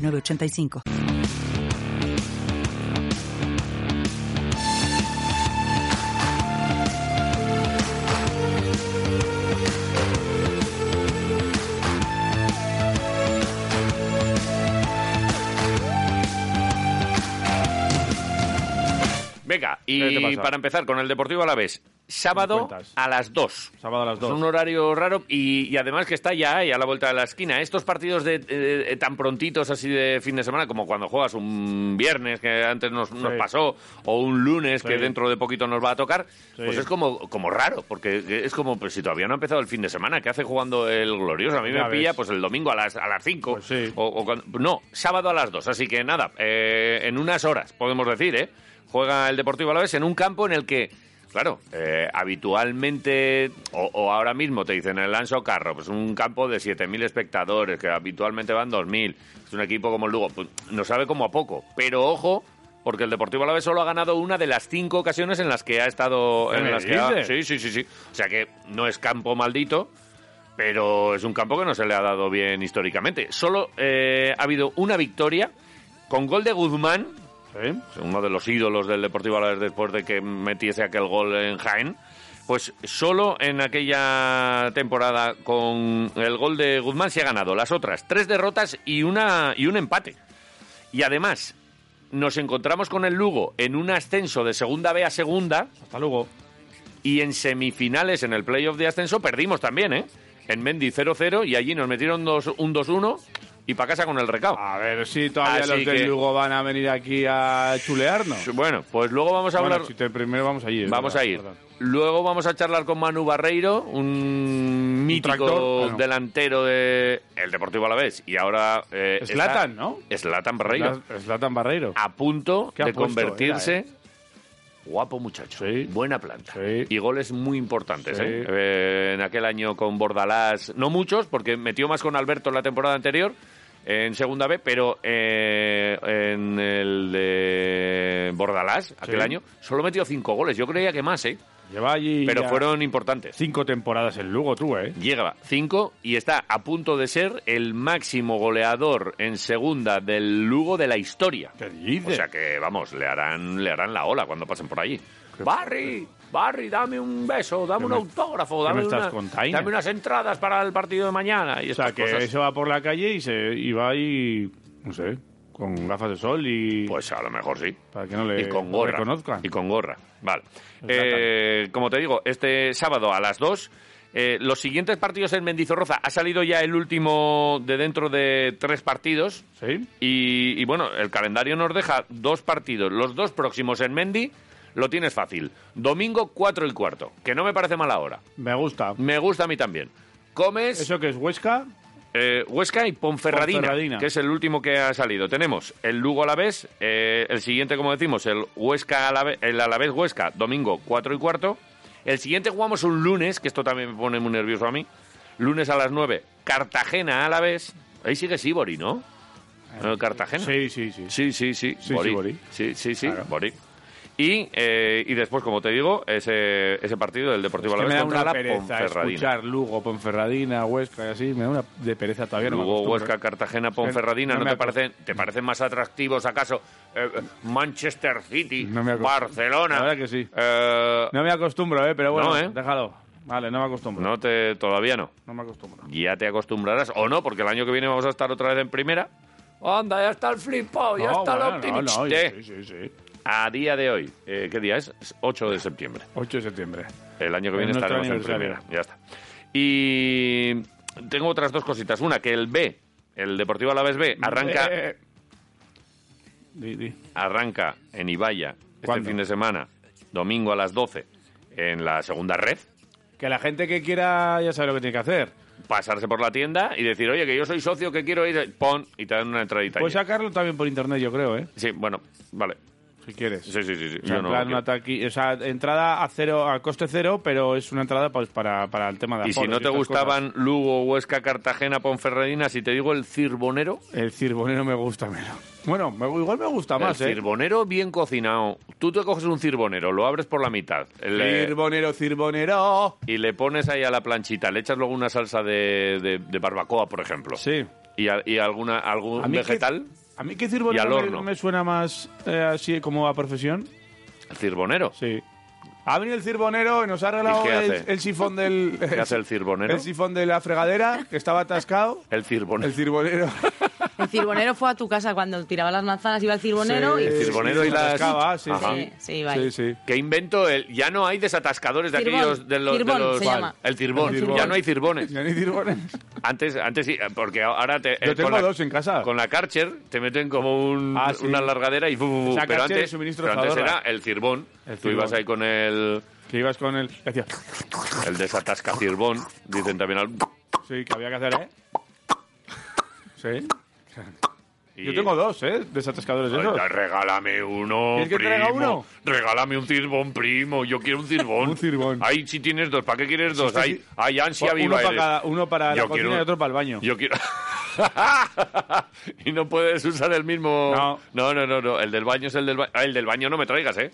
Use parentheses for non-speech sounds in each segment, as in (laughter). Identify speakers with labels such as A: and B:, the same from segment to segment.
A: 985.
B: Venga,
C: ¿Qué te
B: y
C: pasa?
B: para empezar con el Deportivo a la vez, sábado
C: cuentas?
B: a las 2.
C: Sábado a las
B: Es un
C: 2.
B: horario raro y, y además que está ya ahí a la vuelta de la esquina. Estos partidos de, eh, tan prontitos así de fin de semana, como cuando juegas un viernes que antes nos, nos
C: Sí.
B: pasó, o un lunes que
C: Sí.
B: dentro de poquito nos va a tocar,
C: Sí.
B: pues es como, como raro, porque es como pues, si todavía no ha empezado el fin de semana, ¿qué hace jugando el glorioso? A mí
C: Ya
B: me pilla
C: ves.
B: pues el domingo a las, a las 5.
C: Pues sí.
B: o, o cuando- no, sábado a las 2. Así que nada, eh, en unas horas podemos decir, ¿eh? Juega el Deportivo Alavés en un campo en el que, claro, eh, habitualmente, o, o ahora mismo te dicen el Anso Carro, pues un campo de 7.000 espectadores, que habitualmente van 2.000. Es un equipo como el Lugo, pues, no sabe como a poco. Pero ojo, porque el Deportivo Alavés solo ha ganado una de las cinco ocasiones en las que ha estado...
C: ¿Qué
B: En
C: me
B: las que ha-
C: dices?
B: sí, sí, sí, sí. O sea que no es campo maldito, pero es un campo que no se le ha dado bien históricamente. Solo eh, ha habido una victoria con gol de Guzmán,
C: Sí.
B: uno de los ídolos del Deportivo Alavés después de que metiese aquel gol en Jaén. Pues solo en aquella temporada con el gol de Guzmán se ha ganado. Las otras tres derrotas y una y un empate. Y además nos encontramos con el Lugo en un ascenso de segunda B a segunda
C: Hasta luego.
B: y en semifinales en el playoff de ascenso perdimos también, ¿eh? En Mendy 0-0 y allí nos metieron dos, un 2-1 y para casa con el recao.
C: A ver si todavía
B: Así
C: los del
B: que-
C: Lugo van a venir aquí a chulearnos.
B: Bueno, pues luego vamos a
C: Bueno,
B: hablar...
C: si te- primero vamos a ir.
B: Vamos a ir. Luego vamos a charlar con Manu Barreiro, un mítico
C: tractor? Ah, no.
B: delantero de el Deportivo Alavés y ahora eh, está-
C: Zlatan, ¿no?
B: Zlatan Barreiro Ah,
C: Slatan Barreiro.
B: a punto
C: ¿Qué ha
B: de
C: puesto?
B: convertirse
C: Era,
B: guapo muchacho,
C: Sí.
B: buena planta
C: Sí.
B: y goles muy importantes.
C: Sí.
B: ¿eh? Eh, en aquel año con Bordalás, no muchos, porque metió más con Alberto la temporada anterior en segunda B, pero eh, en el de Bordalás aquel
C: Sí.
B: año solo metió cinco goles. Yo creía que más, ¿eh?
C: Lleva allí.
B: pero
C: ya
B: fueron importantes.
C: Cinco temporadas en Lugo, tú, ¿eh?
B: Llega cinco y está a punto de ser el máximo goleador en segunda del Lugo de la historia.
C: ¿Qué dices?
B: O sea que, vamos, le harán, le harán la ola cuando pasen por allí. Barry, Barry, dame un beso, dame
C: ¿Qué
B: un
C: me-
B: autógrafo,
C: qué
B: dame,
C: me estás
B: una-
C: contando?
B: dame unas entradas para el partido de mañana. Y
C: O sea,
B: estas
C: que
B: cosas.
C: se va por la calle y se y va ahí, no sé, con gafas de sol y
B: Pues a lo mejor sí.
C: para que no le
B: y con
C: Eh, no
B: gorra.
C: le conozcan.
B: Y con gorra. Vale.
C: Exacto.
B: Eh, como te digo, este sábado a las 2. eh, los siguientes partidos en Mendizorroza. Ha salido ya el último de dentro de tres partidos.
C: ¿Sí?
B: Y, y bueno, el calendario nos deja dos partidos. Los dos próximos en Mendy lo tienes fácil. Domingo 4 y cuarto, que no me parece mala hora.
C: Me gusta.
B: Me gusta a mí también. Comes
C: Eso que es Huesca,
B: eh, Huesca y Ponferradina,
C: Ponferradina.
B: que es el último que ha salido. Tenemos el Lugo Alavés, eh, el siguiente, como decimos, el Huesca Alavés, el Alavés Huesca, domingo 4 y cuarto. El siguiente jugamos un lunes, que esto también me pone muy nervioso a mí. Lunes a las 9, Cartagena Alavés. Ahí sigue Sibori, ¿no? Eh, Cartagena.
C: Sí, sí, sí.
B: Sí, sí, sí.
C: Sí,
B: Borí.
C: sí, Borí.
B: Sí, sí, sí,
C: Claro.
B: Borí. Y, eh, y después, como te digo, ese, ese partido del
C: Es
B: Deportivo
C: que me
B: Alavés
C: da
B: contra
C: una
B: la
C: pereza
B: Ponferradina.
C: escuchar Lugo, Ponferradina, Huesca y así. Me da una de pereza todavía. no me
B: Lugo,
C: acostumbro. ¿eh?
B: Huesca, Cartagena, Ponferradina,
C: no
B: ¿no,
C: me
B: te,
C: acost-
B: parecen, te parecen más atractivos acaso eh, Manchester City,
C: No me acost-
B: Barcelona?
C: La verdad que sí.
B: Eh,
C: No me acostumbro, ¿eh? Pero bueno,
B: No, ¿eh?
C: déjalo. Vale, no me acostumbro.
B: no te, todavía no.
C: No me acostumbro.
B: Ya te acostumbrarás, o no, porque el año que viene vamos a estar otra vez en primera. Anda, ya está el flipado, ya
C: No,
B: está
C: bueno,
B: el
C: no,
B: optimista.
C: no, sí,
B: Eh.
C: sí, sí.
B: A día de hoy, eh, ¿qué día es? 8 de septiembre.
C: 8 de septiembre.
B: El año que
C: Es
B: viene
C: nuestro
B: estaremos en
C: aniversario.
B: primera. Ya está. Y tengo otras dos cositas. Una, que el B, el Deportivo Alavés B, arranca,
C: Eh, di, di.
B: arranca en Ibaya este
C: ¿Cuándo?
B: fin de semana, domingo a las 12, en la segunda red.
C: Que la gente que quiera ya sabe lo que tiene que hacer.
B: pasarse por la tienda y decir, oye, que yo soy socio, que quiero ir, pon, y te dan una entradita.
C: Puedes
B: allí.
C: sacarlo también por internet, yo creo, ¿eh?
B: Sí, bueno, vale.
C: Si quieres.
B: Sí, sí, sí. sí.
C: O sea,
B: Yo
C: en
B: no
C: plan,
B: quiero.
C: una taqui- o sea, entrada a cero, a coste cero, pero es una entrada pues, para, para el tema de
B: Y si
C: aforos
B: no te
C: estas
B: gustaban Lugo, Huesca, Cartagena, Ponferradina, si te digo el cirbonero,
C: cosas. El cirbonero me gusta menos. Bueno, me- igual me gusta más,
B: el
C: ¿eh?
B: cirbonero bien cocinado. Tú te coges un cirbonero, lo abres por la mitad le-
C: Cirbonero, cirbonero.
B: y le pones ahí a la planchita, le echas luego una salsa de, de- de barbacoa, por ejemplo,
C: Sí.
B: y, a- y alguna
C: A
B: algún
C: mí que-
B: vegetal,
C: A mí que
B: Y al
C: cirbonero me,
B: horno.
C: me suena más eh, así como a profesión.
B: el cirbonero.
C: Sí. Ha venido el cirbonero y nos ha arreglado
B: ¿Y qué
C: el,
B: hace?
C: el sifón del...
B: ¿Qué hace el
C: (laughs)
B: cirbonero?
C: El sifón de la fregadera, que estaba atascado.
B: El cirbonero.
C: El cirbonero.
D: El cirbonero fue a tu casa cuando tiraba las manzanas, iba el (laughs) cirbonero
C: Sí,
D: y...
B: El cirbonero
C: sí,
B: y
C: se
B: las-
C: atascaba, sí,
B: Ajá.
C: sí.
D: Sí, sí, vale.
C: Sí, sí.
B: (laughs) ¿Qué invento? El, ya no hay desatascadores de
D: Cirbón.
B: aquellos de los... de
D: Cirbón
B: los-
D: se llama.
B: El cirbón.
C: El cirbón.
B: Ya no hay cirbones.
C: Ya ni cirbones.
B: Antes, antes sí, porque ahora te...
C: Yo
B: eh,
C: tengo
B: con la-
C: dos en casa.
B: Con la Karcher te meten como un-
C: Ah, sí.
B: una largadera y... bu, bu, bu.
C: La
B: pero
C: Karcher y
B: antes,
C: su ministro
B: pero antes era
C: Zadorra.
B: el cirbón.
C: El
B: Tú ibas
C: cirbón.
B: ahí con el,
C: Que ibas con el... que hacía-
B: el desatasca cirbón. Dicen también al...
C: Sí, que había que hacer, ¿eh? Sí.
B: y-
C: Yo tengo dos, ¿eh? Desatascadores de
B: Ay,
C: esos.
B: da, regálame uno,
C: ¿Quieres que te
B: primo.
C: traiga uno?
B: Regálame un cirbón, primo. Yo quiero un cirbón.
C: (laughs) Un cirbón.
B: Ay, si tienes dos. ¿Para qué quieres dos?
C: sí,
B: Ay,
C: sí.
B: ay, ansia
C: uno,
B: viva
C: para
B: eres.
C: cada- uno para
B: Yo
C: la cocina
B: quiero-
C: y otro para el baño.
B: Yo quiero. (laughs) y no puedes usar el mismo.
C: No.
B: no, no, no. no. El del baño es el del baño. El del baño no me traigas, ¿eh?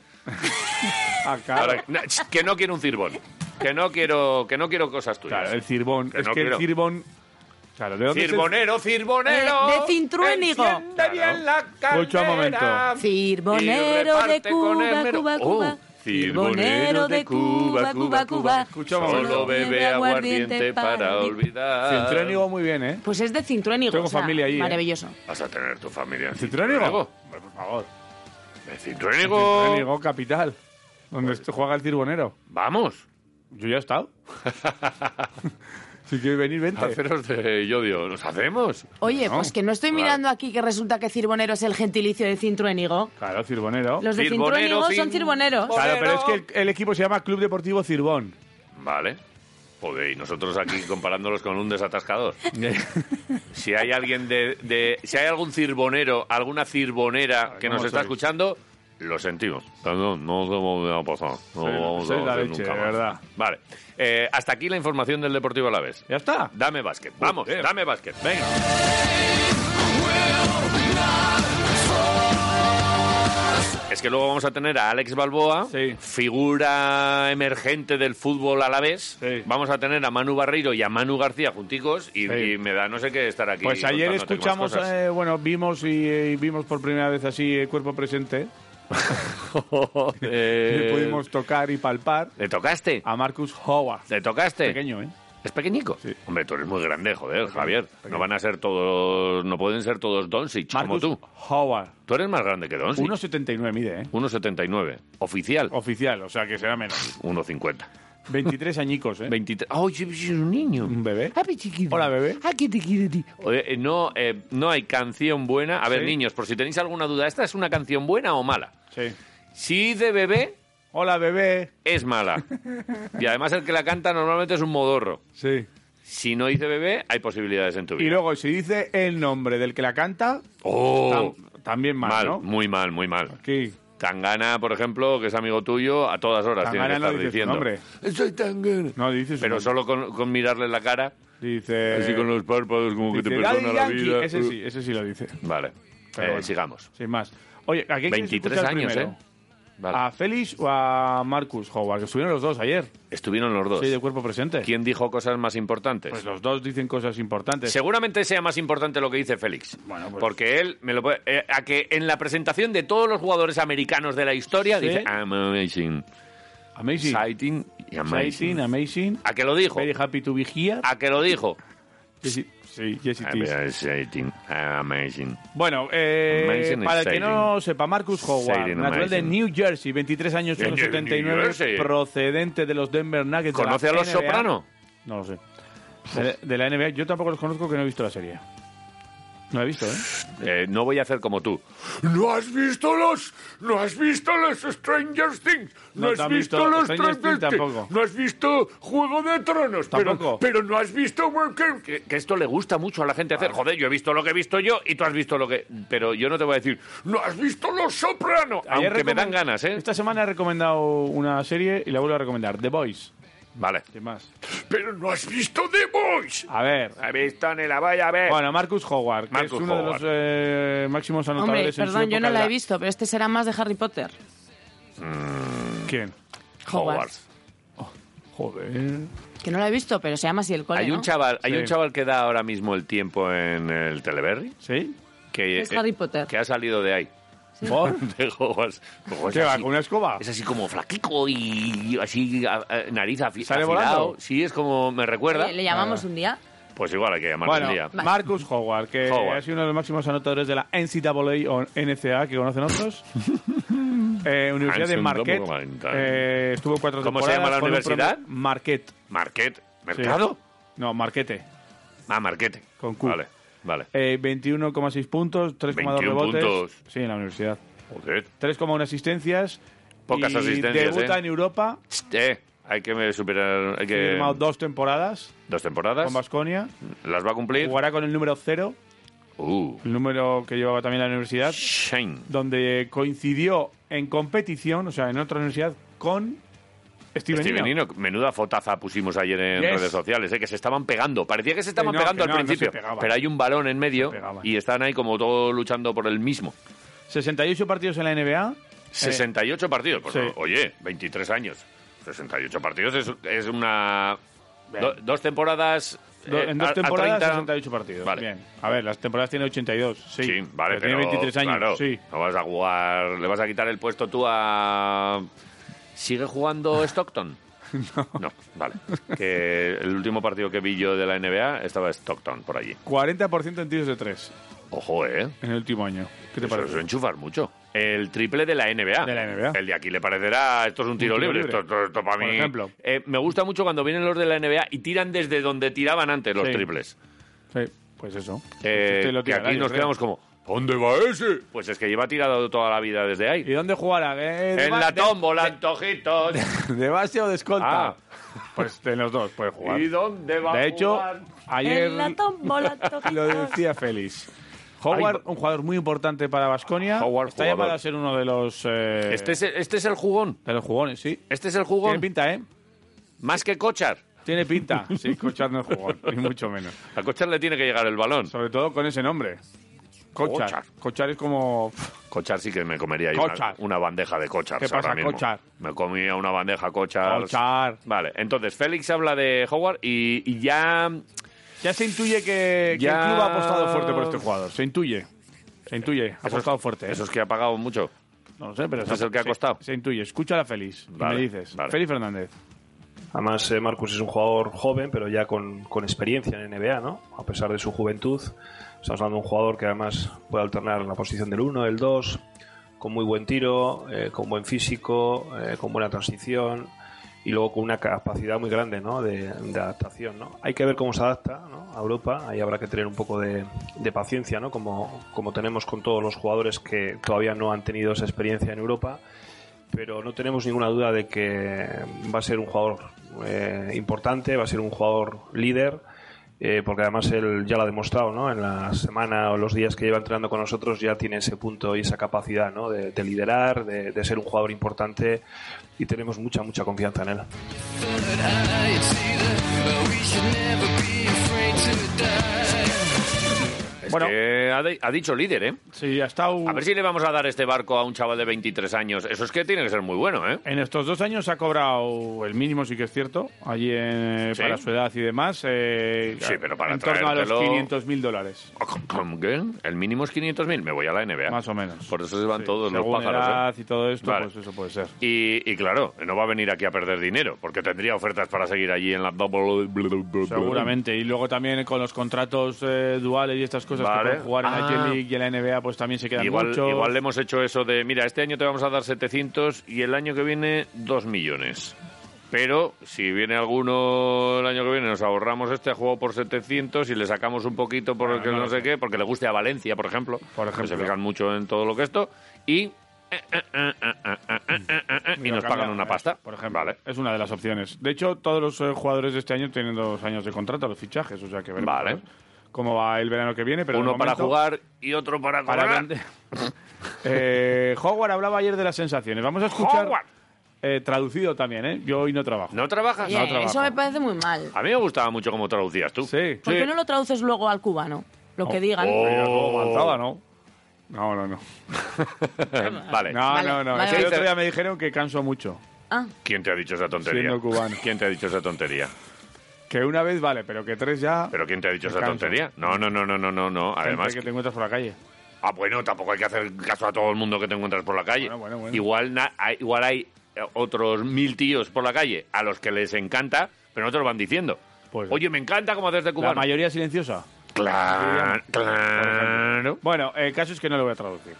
C: Ah, claro.
B: Ahora, na- ch, que no quiero un cirbón. Que no quiero, que no quiero cosas tuyas.
C: Claro, el cirbón.
B: Que
C: es
B: no
C: que
B: quiero.
C: el cirbón... Claro, ¿de dónde es el-
B: Cirbonero, cirbonero.
D: De- Eh, de cintruénigo.
B: Enciende bien la
C: Mucho
B: caldera.
C: momento.
D: Cirbonero
B: Y
D: de
B: reparte con
D: Cuba,
B: el mero-
D: Cuba,
B: Oh,
D: Cuba.
B: Cirbonero de Cuba, Cuba, Cuba.
C: Escucha, vamos.
B: Solo bebe aguardiente para olvidar.
C: Centrónigo muy bien, ¿eh?
D: Pues es de cintruénigo.
C: Tengo
D: o sea,
C: familia allí, ¿eh?
D: Maravilloso.
B: Vas a tener tu familia. en
C: ¿Cintrónigo? Hombre, Por favor.
B: ¿En Cintruénigo.
C: Centrónigo capital. Donde est- juega el cirbonero.
B: Vamos.
C: Yo ya
B: (laughs)
C: he estado. si quieres venir, vente.
B: Haceros de yodio. ¿Nos hacemos?
D: Oye,
C: No,
D: pues que no estoy
B: claro.
D: mirando aquí que resulta que cirbonero es el gentilicio de cintruénigo.
C: Claro, cirbonero.
D: Los de
B: Cirbonero,
D: cintruénigo son
B: cin-
D: cirboneros.
B: Claro.
C: Claro, pero es que el, el equipo se llama Club Deportivo Cirbón.
B: Vale. Joder, y nosotros
C: (laughs)
B: aquí comparándolos con un desatascador. Si hay alguien de, de- Si hay algún cirbonero, alguna cirbonera que
C: Ah, ¿cómo
B: nos está
C: sois?
B: escuchando, lo sentimos. Perdón, no me ha pasado. No
C: Sois-
B: vamos
C: sois
B: a
C: la
B: hacer
C: leche,
B: nunca
C: de
B: más.
C: verdad.
B: Vale. Eh, hasta aquí la información del Deportivo Alavés.
C: ¿Ya está?
B: Dame básquet. Vamos,
C: Joder.
B: dame básquet. Venga. Es que luego vamos a tener a Alex Balboa,
C: Sí.
B: figura emergente del fútbol a la vez.
C: Sí.
B: Vamos a tener a Manu Barreiro y a Manu García junticos y,
C: Sí.
B: y me da no sé qué estar aquí.
C: Pues ayer
B: contándote más
C: escuchamos,
B: cosas.
C: eh, bueno, vimos y, eh, y vimos por primera vez así eh, cuerpo presente.
B: (laughs) Joder.
C: eh, Le pudimos tocar y palpar
B: Eh, ¿Le tocaste?
C: a Marcus Howard.
B: ¿Le tocaste?
C: Pequeño, ¿eh?
B: ¿Es pequeñico?
C: Sí.
B: Hombre, tú eres muy grande, joder, Javier. No van a ser todos, no pueden ser todos Doncic como
C: Marcus
B: tú.
C: Howard.
B: Tú eres más grande que Doncic.
C: 1,79 mide, ¿eh?
B: 1,79. Oficial,
C: Oficial, o sea que será menos.
B: 1,50.
C: 23 añicos, ¿eh?
B: 23. ¡Ay, sí, sí, es un niño!
C: Un bebé.
B: ¡Ah, mi chiquito!
C: Hola, bebé.
B: ¡Ah, que te quiere, tío! Oye, eh, no, eh, no hay canción buena. A ver,
C: Sí.
B: niños, por si tenéis alguna duda, ¿esta es una canción buena o mala?
C: Sí.
B: Si de bebé,
C: Hola, bebé.
B: es mala. y además el que la canta normalmente es un modorro.
C: Sí.
B: Si no dice bebé, hay posibilidades en tu
C: Y
B: vida.
C: luego, si dice el nombre del que la canta,
B: ¡Oh!
C: tam- también mal,
B: mal,
C: ¿no?
B: muy mal, muy mal.
C: Aquí.
B: Tangana, por ejemplo, que es amigo tuyo, a todas horas tiene que
C: Tangana no
B: estar
C: dice su
B: diciendo.
C: nombre.
B: Soy Tangana.
C: No, dice su
B: Pero
C: nombre.
B: solo con, con mirarle la cara,
C: Dice...
B: así con los párpados, como que te
C: dice,
B: perdona
C: "Daddy
B: la
C: Yankee".
B: vida.
C: Ese sí, ese sí lo dice.
B: Vale,
C: Pero
B: Eh,
C: bueno.
B: sigamos.
C: Sin más. Oye, ¿a quién quieres
B: 23
C: escuchar
B: años,
C: primero? Ah.
B: ¿eh? Vale.
C: ¿A Félix o a Marcus Howard? Que estuvieron los dos ayer.
B: Estuvieron los dos.
C: Sí, de cuerpo presente.
B: ¿Quién dijo cosas más importantes?
C: Pues los dos dicen cosas importantes.
B: Seguramente sea más importante lo que dice Félix.
C: Bueno, pues-
B: Porque él me lo puede- eh, a que en la presentación de todos los jugadores americanos de la historia
C: Sí.
B: dice I'm amazing,
C: amazing.
B: exciting y amazing.
C: Exciting, amazing.
B: ¿A que lo dijo?
C: Very happy to be here.
B: ¿A que lo dijo?
C: Yes, it- sí, yes it is.
B: Exciting, amazing.
C: Bueno, eh,
B: Amazing,
C: para el que
B: exciting.
C: no lo sepa, Marcus Howard,
B: Exciting,
C: natural de
B: amazing.
C: New Jersey, 23 años,
B: De New-
C: 79,
B: New Jersey.
C: procedente de los Denver Nuggets. de la
B: ¿Conoce a los
C: NBA.
B: Soprano?
C: No lo sé. De, de la NBA, yo tampoco los conozco que no he visto la serie. No he visto, ¿eh?
B: Eh, no voy a hacer como tú. ¿No has visto los, no has visto los Stranger Things?
C: No te han visto Stranger Things tampoco.
B: ¿No has visto Juego de Tronos?
C: Tampoco.
B: Pero, pero no has visto Ah. Worker. Que, que esto le gusta mucho a la gente hacer. Joder, yo he visto lo que he visto yo y tú has visto lo que... Pero yo no te voy a decir, ¿no has visto Los Soprano?
C: Ayer
B: Aunque me
C: recomen-
B: dan ganas, ¿eh?
C: Esta semana he recomendado una serie y la vuelvo a recomendar. The Boys.
B: Vale.
C: ¿Qué más?
B: Pero no has visto The Voice.
C: A ver.
B: He visto ni la vaya a ver.
C: Bueno, Marcus Howard, que
B: Marcus
C: es uno de los
B: Howard.
C: eh, máximos
D: Hombre,
C: anotadores en su
D: perdón, yo
C: época
D: no la
C: de
D: he visto, pero este será más de Harry Potter.
C: ¿Quién?
D: Hogwarts.
C: Joder.
D: Que no la he visto, pero se llama así el cole,
B: Hay
D: ¿no?
B: un chaval, hay
C: Sí.
B: un chaval que da ahora mismo el tiempo en el Teleberry
C: ¿Sí?
B: que eh,
D: Es Harry Potter.
B: que ha salido de ahí. (laughs)
C: ¿Por?
B: De Hogwarts. Como es
C: ¿Qué va?
B: Pues así-
C: ¿Con una escoba?
B: Es así como flaquico y así a- a- nariz afi-
C: ¿Sale
B: afilado.
C: volando?
B: Sí, es como me recuerda.
D: Oye, Le llamamos
C: Ah.
D: un día.
B: Pues igual hay que llamarlo
C: Bueno,
B: un día.
D: Vale.
C: Marcus Howard, que
B: Howard.
C: ha sido uno de los máximos anotadores de la NCAA o NCA, que conocen
B: (laughs)
C: otros. Eh, Universidad de
B: Hanson
C: Marquette.
B: Domolantan.
C: Eh, estuvo cuatro
B: ¿Cómo se
C: temporadas.
B: llama la
C: con un promedio-
B: universidad?
C: Marquette.
B: Marquet,
C: sí.
B: mercado.
C: No, Marquete.
B: Ah, Marquete.
C: Con Q.
B: Vale, vale.
C: Eh, 21,6 puntos, 3,2
B: 21
C: rebotes.
B: puntos.
C: Sí, en la universidad.
B: Joder.
C: 3,1 asistencias.
B: Pocas
C: y
B: asistencias,
C: Debuta
B: ¿eh?
C: en Europa.
B: Psst, eh, hay que superar. Hay que
C: Firmado dos temporadas
B: dos temporadas.
C: con Basconia.
B: Las va a cumplir.
C: Jugará con el número cero,
B: Uh,
C: el número que llevaba también la universidad.
B: Shane.
C: donde coincidió en competición, o sea, en otra universidad, con Steven
B: Steven
C: Nino.
B: Nino, menuda fotaza pusimos ayer en
C: Yes.
B: redes sociales, ¿eh? que se estaban pegando. Parecía que se estaban
C: Que no,
B: pegando
C: que
B: al
C: no, no se
B: principio,
C: pegaban.
B: pero hay un balón en medio
C: Se pegaban.
B: y están ahí como todos luchando por el mismo.
C: 68 partidos en la NBA. eh,
B: 68 partidos, pues,
C: sí.
B: no, oye, 23 años. 68 partidos es, es una... do- dos temporadas...
C: do-
B: eh,
C: en
B: a-
C: dos
B: a
C: temporadas,
B: 30.
C: 68 partidos.
B: Vale.
C: Bien. A ver, las temporadas tiene 82, sí.
B: Sí, vale, pero...
C: tiene 23 años,
B: claro,
C: sí.
B: No vas a jugar... Le vas a quitar el puesto tú a... ¿Sigue jugando
C: (laughs)
B: Stockton? no. vale. Que el último partido que vi yo de la NBA estaba Stockton por allí.
C: 40% en tiros de 3
B: Ojo, ¿eh?
C: en el último año. ¿Qué te
B: Eso es
C: parece?
B: enchufar mucho. El triple de la NBA.
C: De la NBA.
B: El de aquí le parecerá, esto es un tiro,
C: tiro
B: libre,
C: libre.
B: Esto, esto- esto para
C: Por
B: mí-
C: ejemplo.
B: Eh, me gusta mucho cuando vienen los de la NBA y tiran desde donde tiraban antes los
C: Sí.
B: triples.
C: Sí, pues eso.
B: Eh,
C: Este lo
B: que
C: tira,
B: aquí
C: yo
B: nos
C: creo.
B: quedamos como, ¿dónde va ese? Pues es que lleva tirado toda la vida desde
C: ¿Y
B: ahí.
C: dónde jugará? Eh, de
B: En
C: ba-
B: la
C: de-
B: tómbola, antojitos.
C: (laughs) ¿De, base o de escolta?
B: Ah.
C: (laughs) Pues en los dos puede
B: (laughs)
C: jugar.
B: ¿Y dónde va
C: De
B: a
C: hecho,
B: jugar?
C: ayer
D: En la
C: (laughs)
D: tómbola, toquita.
C: lo decía Félix. Howard, un jugador muy importante para Vasconia, está
B: Howard, jugador.
C: llamado a ser uno de los eh,
B: Este es, este es el jugón.
C: de los jugones, sí.
B: Este es el
C: Tiene
B: jugón.
C: pinta, ¿eh?
B: Más que Cochar.
C: Tiene
B: (laughs)
C: pinta. Sí, Cochar no es jugón, ni mucho menos.
B: A Cochar le tiene que llegar el balón.
C: Sobre todo con ese nombre. Cochar.
B: Cochar.
C: Cochar es como pff,
B: Cochar sí que me comería yo
C: Cochar.
B: una, una bandeja de cochar.
C: ¿Qué pasa,
B: ahora mismo.
C: Cochar?
B: Me comía una bandeja cochar.
C: Cochar.
B: Vale, entonces Félix habla de Howard y, y ya
C: Ya se intuye que, que
B: Ya-
C: el club ha apostado fuerte por este jugador. Se intuye. Se intuye. Ha apostado fuerte. ¿eh?
B: eso es que ha pagado mucho.
C: no lo sé, pero
B: ese es
C: se-
B: el que ha
C: se-
B: costado.
C: Se, intuye. Escucha a Félix. y
B: Vale,
C: me dices.
B: vale.
C: Félix Fernández.
E: Además, eh, Marcus es un jugador joven, pero ya con, con experiencia en NBA, ¿no? A pesar de su juventud. Estamos hablando de un jugador que además puede alternar la posición del 1, del 2, con muy buen tiro, eh, con buen físico, eh, con buena transición y luego con una capacidad muy grande ¿no? de, de adaptación. ¿no? Hay que ver cómo se adapta ¿no? a Europa, ahí habrá que tener un poco de, de paciencia, ¿no? como, como tenemos con todos los jugadores que todavía no han tenido esa experiencia en Europa pero no tenemos ninguna duda de que va a ser un jugador eh, importante, va a ser un jugador líder, eh, porque además él ya lo ha demostrado, ¿no? En la semana o los días que lleva entrenando con nosotros ya tiene ese punto y esa capacidad, ¿no? De, de liderar, de, de ser un jugador importante y tenemos mucha, mucha confianza en él.
B: Es
C: Bueno.
B: que ha, de- ha dicho líder, ¿eh?
C: Sí, ha estado.
B: A ver si le vamos a dar este barco a un chaval de 23 años. Eso es que tiene que ser muy bueno, ¿eh?
C: En estos dos años ha cobrado el mínimo, sí que es cierto, allí en- eh,
B: Sí.
C: para su edad y demás. eh,
B: Sí, pero para
C: En torno a los
B: traértelo-
C: 500 mil dólares,
B: ¿Cómo que? El mínimo es 500.000. Me voy a la NBA.
C: más o menos.
B: Por eso se van
C: Sí,
B: todos los
C: según
B: pájaros. ¿eh?
C: edad y todo esto,
B: Vale.
C: pues eso puede ser.
B: Y, y claro, no va a venir aquí a perder dinero, porque tendría ofertas para seguir allí en la double.
C: Seguramente. Y luego también con los contratos eh, duales y estas cosas
B: Vale.
C: que pueden jugar en la
B: Ah.
C: J-League y en la NBA, pues también se quedan
B: Igual,
C: muchos.
B: igual le hemos hecho eso de, mira, este año te vamos a dar 700 y el año que viene 2 millones. Pero si viene alguno el año que viene, nos ahorramos este juego por 700 y le sacamos un poquito por el que no sé qué, porque le guste a Valencia, por ejemplo.
E: Por
B: que se
E: ejemplo.
B: fijan mucho en todo lo que esto. Y. eh, eh, eh, eh, eh, eh, eh, eh, eh, y
C: Mira,
B: nos pagan
C: cambia,
B: una
C: eh,
B: pasta.
C: Por ejemplo,
B: Vale.
C: es una de las opciones. De hecho, todos los eh, jugadores de este año tienen dos años de contrato, los fichajes, o sea que veremos
B: Vale.
C: a ver cómo va el verano que viene. Pero de
B: Uno para
C: momento-
B: jugar y otro para
C: Para
B: cobrar.
C: vender- (laughs) Eh, Howard hablaba ayer de las sensaciones. Vamos a escuchar.
B: Howard.
C: eh, traducido también, ¿eh? Yo hoy no trabajo.
B: ¿No trabajas?
D: Oye,
B: No trabajas.
D: eso me parece muy mal.
B: A mí me gustaba mucho cómo traducías tú.
C: Sí.
D: ¿Por qué no lo traduces luego al cubano? Lo que digan.
B: Oh.
C: Mira cómo avanzaba, ¿no? No, no, no.
B: (laughs) vale.
C: No,
D: Vale,
C: no, no.
D: vale,
C: Es que
D: vale.
C: el otro día me dijeron que canso mucho.
D: Ah,
B: ¿Quién te ha dicho esa tontería?
C: Siendo cubano.
B: ¿Quién te ha dicho esa tontería?
C: Que una vez vale, pero que tres ya.
B: ¿Pero quién te ha dicho
C: Me
B: esa
C: canso.
B: tontería? No, no, no, no, no, no, no.
C: gente
B: Además,
C: que te encuentras por la calle.
B: ah, bueno, tampoco hay que hacer caso a todo el mundo que te encuentras por la calle.
C: Bueno, bueno, bueno.
B: Igual, na- hay, igual hay eh, otros mil tíos por la calle a los que les encanta, pero no te lo van diciendo.
C: Pues-
B: Oye, me encanta cómo haces de
C: La
B: cubano.
C: mayoría silenciosa.
B: Claro, claro.
C: Bueno, el caso es que no lo voy a traducir.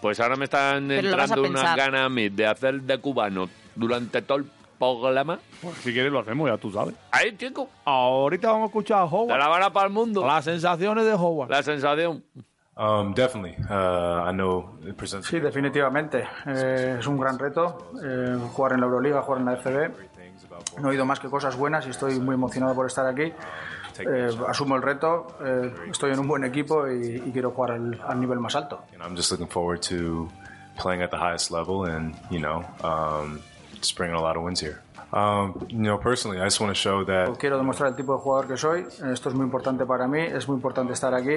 B: Pues ahora me están
D: Pero lo vas a
B: entrando unas
D: pensar.
B: ganas a mí de hacer de cubano durante todo el programa.
C: Pues si quieres lo hacemos, ya tú sabes.
B: Ahí, chico,
C: Ahorita vamos a escuchar a
B: de
C: Howard.
B: la vara para el mundo.
C: Las sensaciones de Howard.
B: La sensación.
F: Um, definitely. Uh, I know it presents
G: Sí, definitivamente. Eh, es un gran reto eh, jugar en la Euroliga, jugar en la FB. No he oído más que cosas buenas y estoy muy emocionado por estar aquí. Eh, asumo el reto, eh, estoy en un buen equipo y, y quiero jugar al, al nivel más alto.
F: and I'm just looking forward to playing at the highest level and, you know, um, just bringing a lot of wins here. Um, you know, personally, I just want to show that
G: Quiero demostrar el tipo de jugador que soy. eh, Esto es muy importante para mí, es muy importante estar aquí.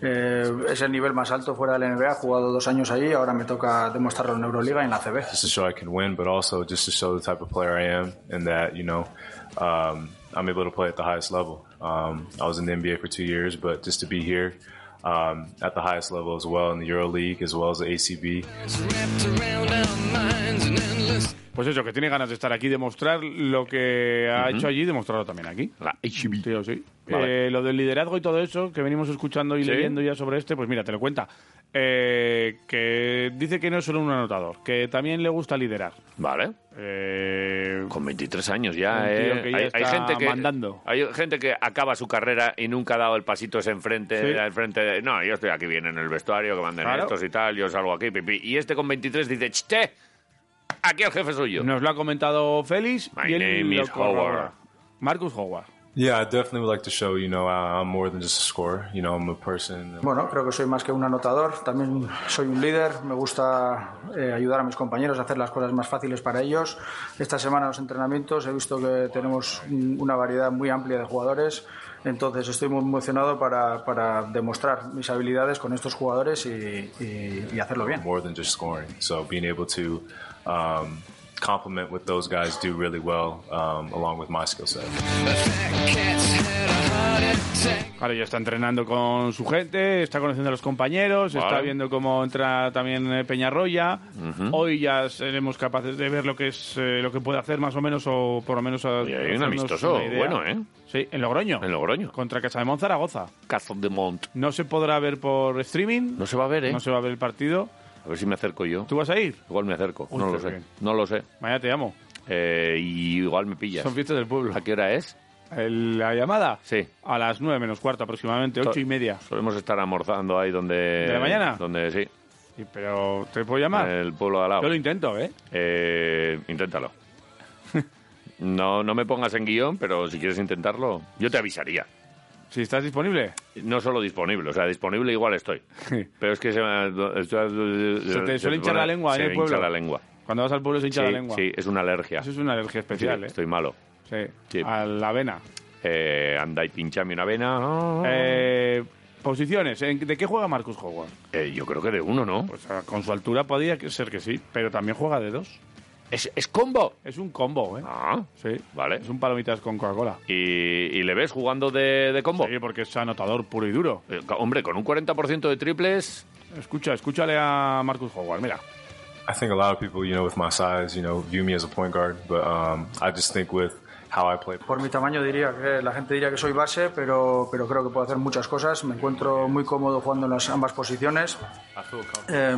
G: Eh, es el nivel más alto fuera de la NBA. He jugado dos años allí, ahora me toca demostrarlo en Euroliga y en la CB.
F: just to show I can win, but also just to show the type of player I am and that, you know, um, I'm able to play at the highest level. Um, I was in the NBA for two years, but just to be here um, at the highest level as well in the Euro League as well as the ACB.
C: Pues eso, que tiene ganas de estar aquí, demostrar lo que ha hecho allí, demostrarlo también aquí.
B: La HB.
C: Sí, o sí.
B: Vale.
C: Eh, lo del liderazgo y todo eso que venimos escuchando y
B: Sí.
C: leyendo ya sobre este, pues mira, te lo cuenta. Eh, que dice que no es solo un anotador, que también le gusta liderar.
B: Vale.
C: Eh,
B: Con 23 años ya,
C: Un
B: ¿eh?
C: tío que ya
B: hay,
C: está
B: hay gente que,
C: mandando.
B: Hay gente que acaba su carrera y nunca ha dado el pasito ese enfrente,
C: Sí.
B: al frente de, no, yo estoy aquí bien en el vestuario, que manden
C: Claro.
B: estos y tal, yo salgo aquí, pipí. Y este con 23 dice, ¡Che! Aquí el jefe soy yo.
C: nos lo ha comentado Félix
B: My
C: y él
B: name
C: lo
B: is
C: corrobora.
B: Howard.
C: Marcus Howard.
F: Yeah, I definitely would like to show, you know, I- I'm more than just a scorer. You know, I'm a person.
G: Bueno, creo que soy más que un anotador, también soy un líder, me gusta eh, ayudar a mis compañeros a hacer las cosas más fáciles para ellos. Esta semana en los entrenamientos he visto que tenemos un- una variedad muy amplia de jugadores, entonces estoy muy emocionado para, para demostrar mis habilidades con estos jugadores y, y- y hacerlo bien.
F: more than just scoring. So being able to um, complement what those guys do really well, um, along with my skill set.
C: Claro, ya está entrenando con su gente, está conociendo a los compañeros, está
B: Vale.
C: viendo cómo entra también eh, Peñarroya. Hoy ya seremos capaces de ver lo que es eh, lo que puede hacer más o menos o por lo menos a-
B: Oye, hay un
C: hacernos
B: amistoso
C: una idea.
B: bueno, ¿eh?
C: Sí, en Logroño.
B: En Logroño.
C: Contra Casademón Zaragoza.
B: Cazón de Mont.
C: No se podrá ver por streaming,
B: No se va a ver, ¿eh?
C: no se va a ver el partido.
B: A ver si me acerco yo.
C: ¿Tú vas a ir?
B: Igual me acerco.
C: Uy,
B: no
C: qué
B: lo sé.
C: bien.
B: No lo sé.
C: Mañana te amo.
B: Eh, y igual me pillas.
C: Son fiestas del pueblo.
B: ¿A qué hora es?
C: El- ¿La llamada?
B: Sí.
C: A las nueve menos cuarto aproximadamente, ocho y media.
B: Solemos estar almorzando ahí donde...
C: ¿De la mañana?
B: Donde, sí.
C: Y- Pero, ¿te puedo llamar?
B: En el pueblo de al lado.
C: Yo lo intento, ¿eh?
B: Eh, inténtalo. No, no me pongas en guión, pero si quieres intentarlo, yo te avisaría.
C: Si estás disponible.
B: No solo disponible, o sea, disponible igual estoy. Pero es que se me...
C: Se
B: Se
C: te suele
B: me pone-
C: hinchar la lengua
B: se
C: en el
B: me
C: pueblo.
B: hincha la lengua.
C: Cuando vas al pueblo se hincha la
B: Sí,
C: lengua.
B: sí, es una alergia.
C: Eso es una alergia
B: Sí,
C: especial, ¿eh?
B: Estoy malo.
C: Sí.
B: Sí.
C: A la avena.
B: Eh, anda y pinchame una vena.
C: Eh, posiciones. ¿En- ¿De qué juega Marcus Howard?
B: Eh, yo creo que de uno, ¿no?
C: Pues ah, con su altura podría que- ser que sí, pero también juega de dos.
B: ¿Es, es combo?
C: Es un combo, ¿eh?
B: Ah,
C: Sí.
B: vale.
C: Es un palomitas con Coca-Cola.
B: ¿Y, y le ves jugando de, de combo?
C: Sí, porque es anotador puro y duro.
B: Eh, hombre, con un 40% de triples...
C: Escucha, escúchale a Marcus Howard, mira.
F: I think a lot of people, you know, with my size, you know, view me as a point guard, but um, I just think with how I play.
G: Por mi tamaño diría que la gente diría que soy base, pero, pero creo que puedo hacer muchas cosas. Me encuentro muy cómodo jugando en las ambas posiciones. Eh,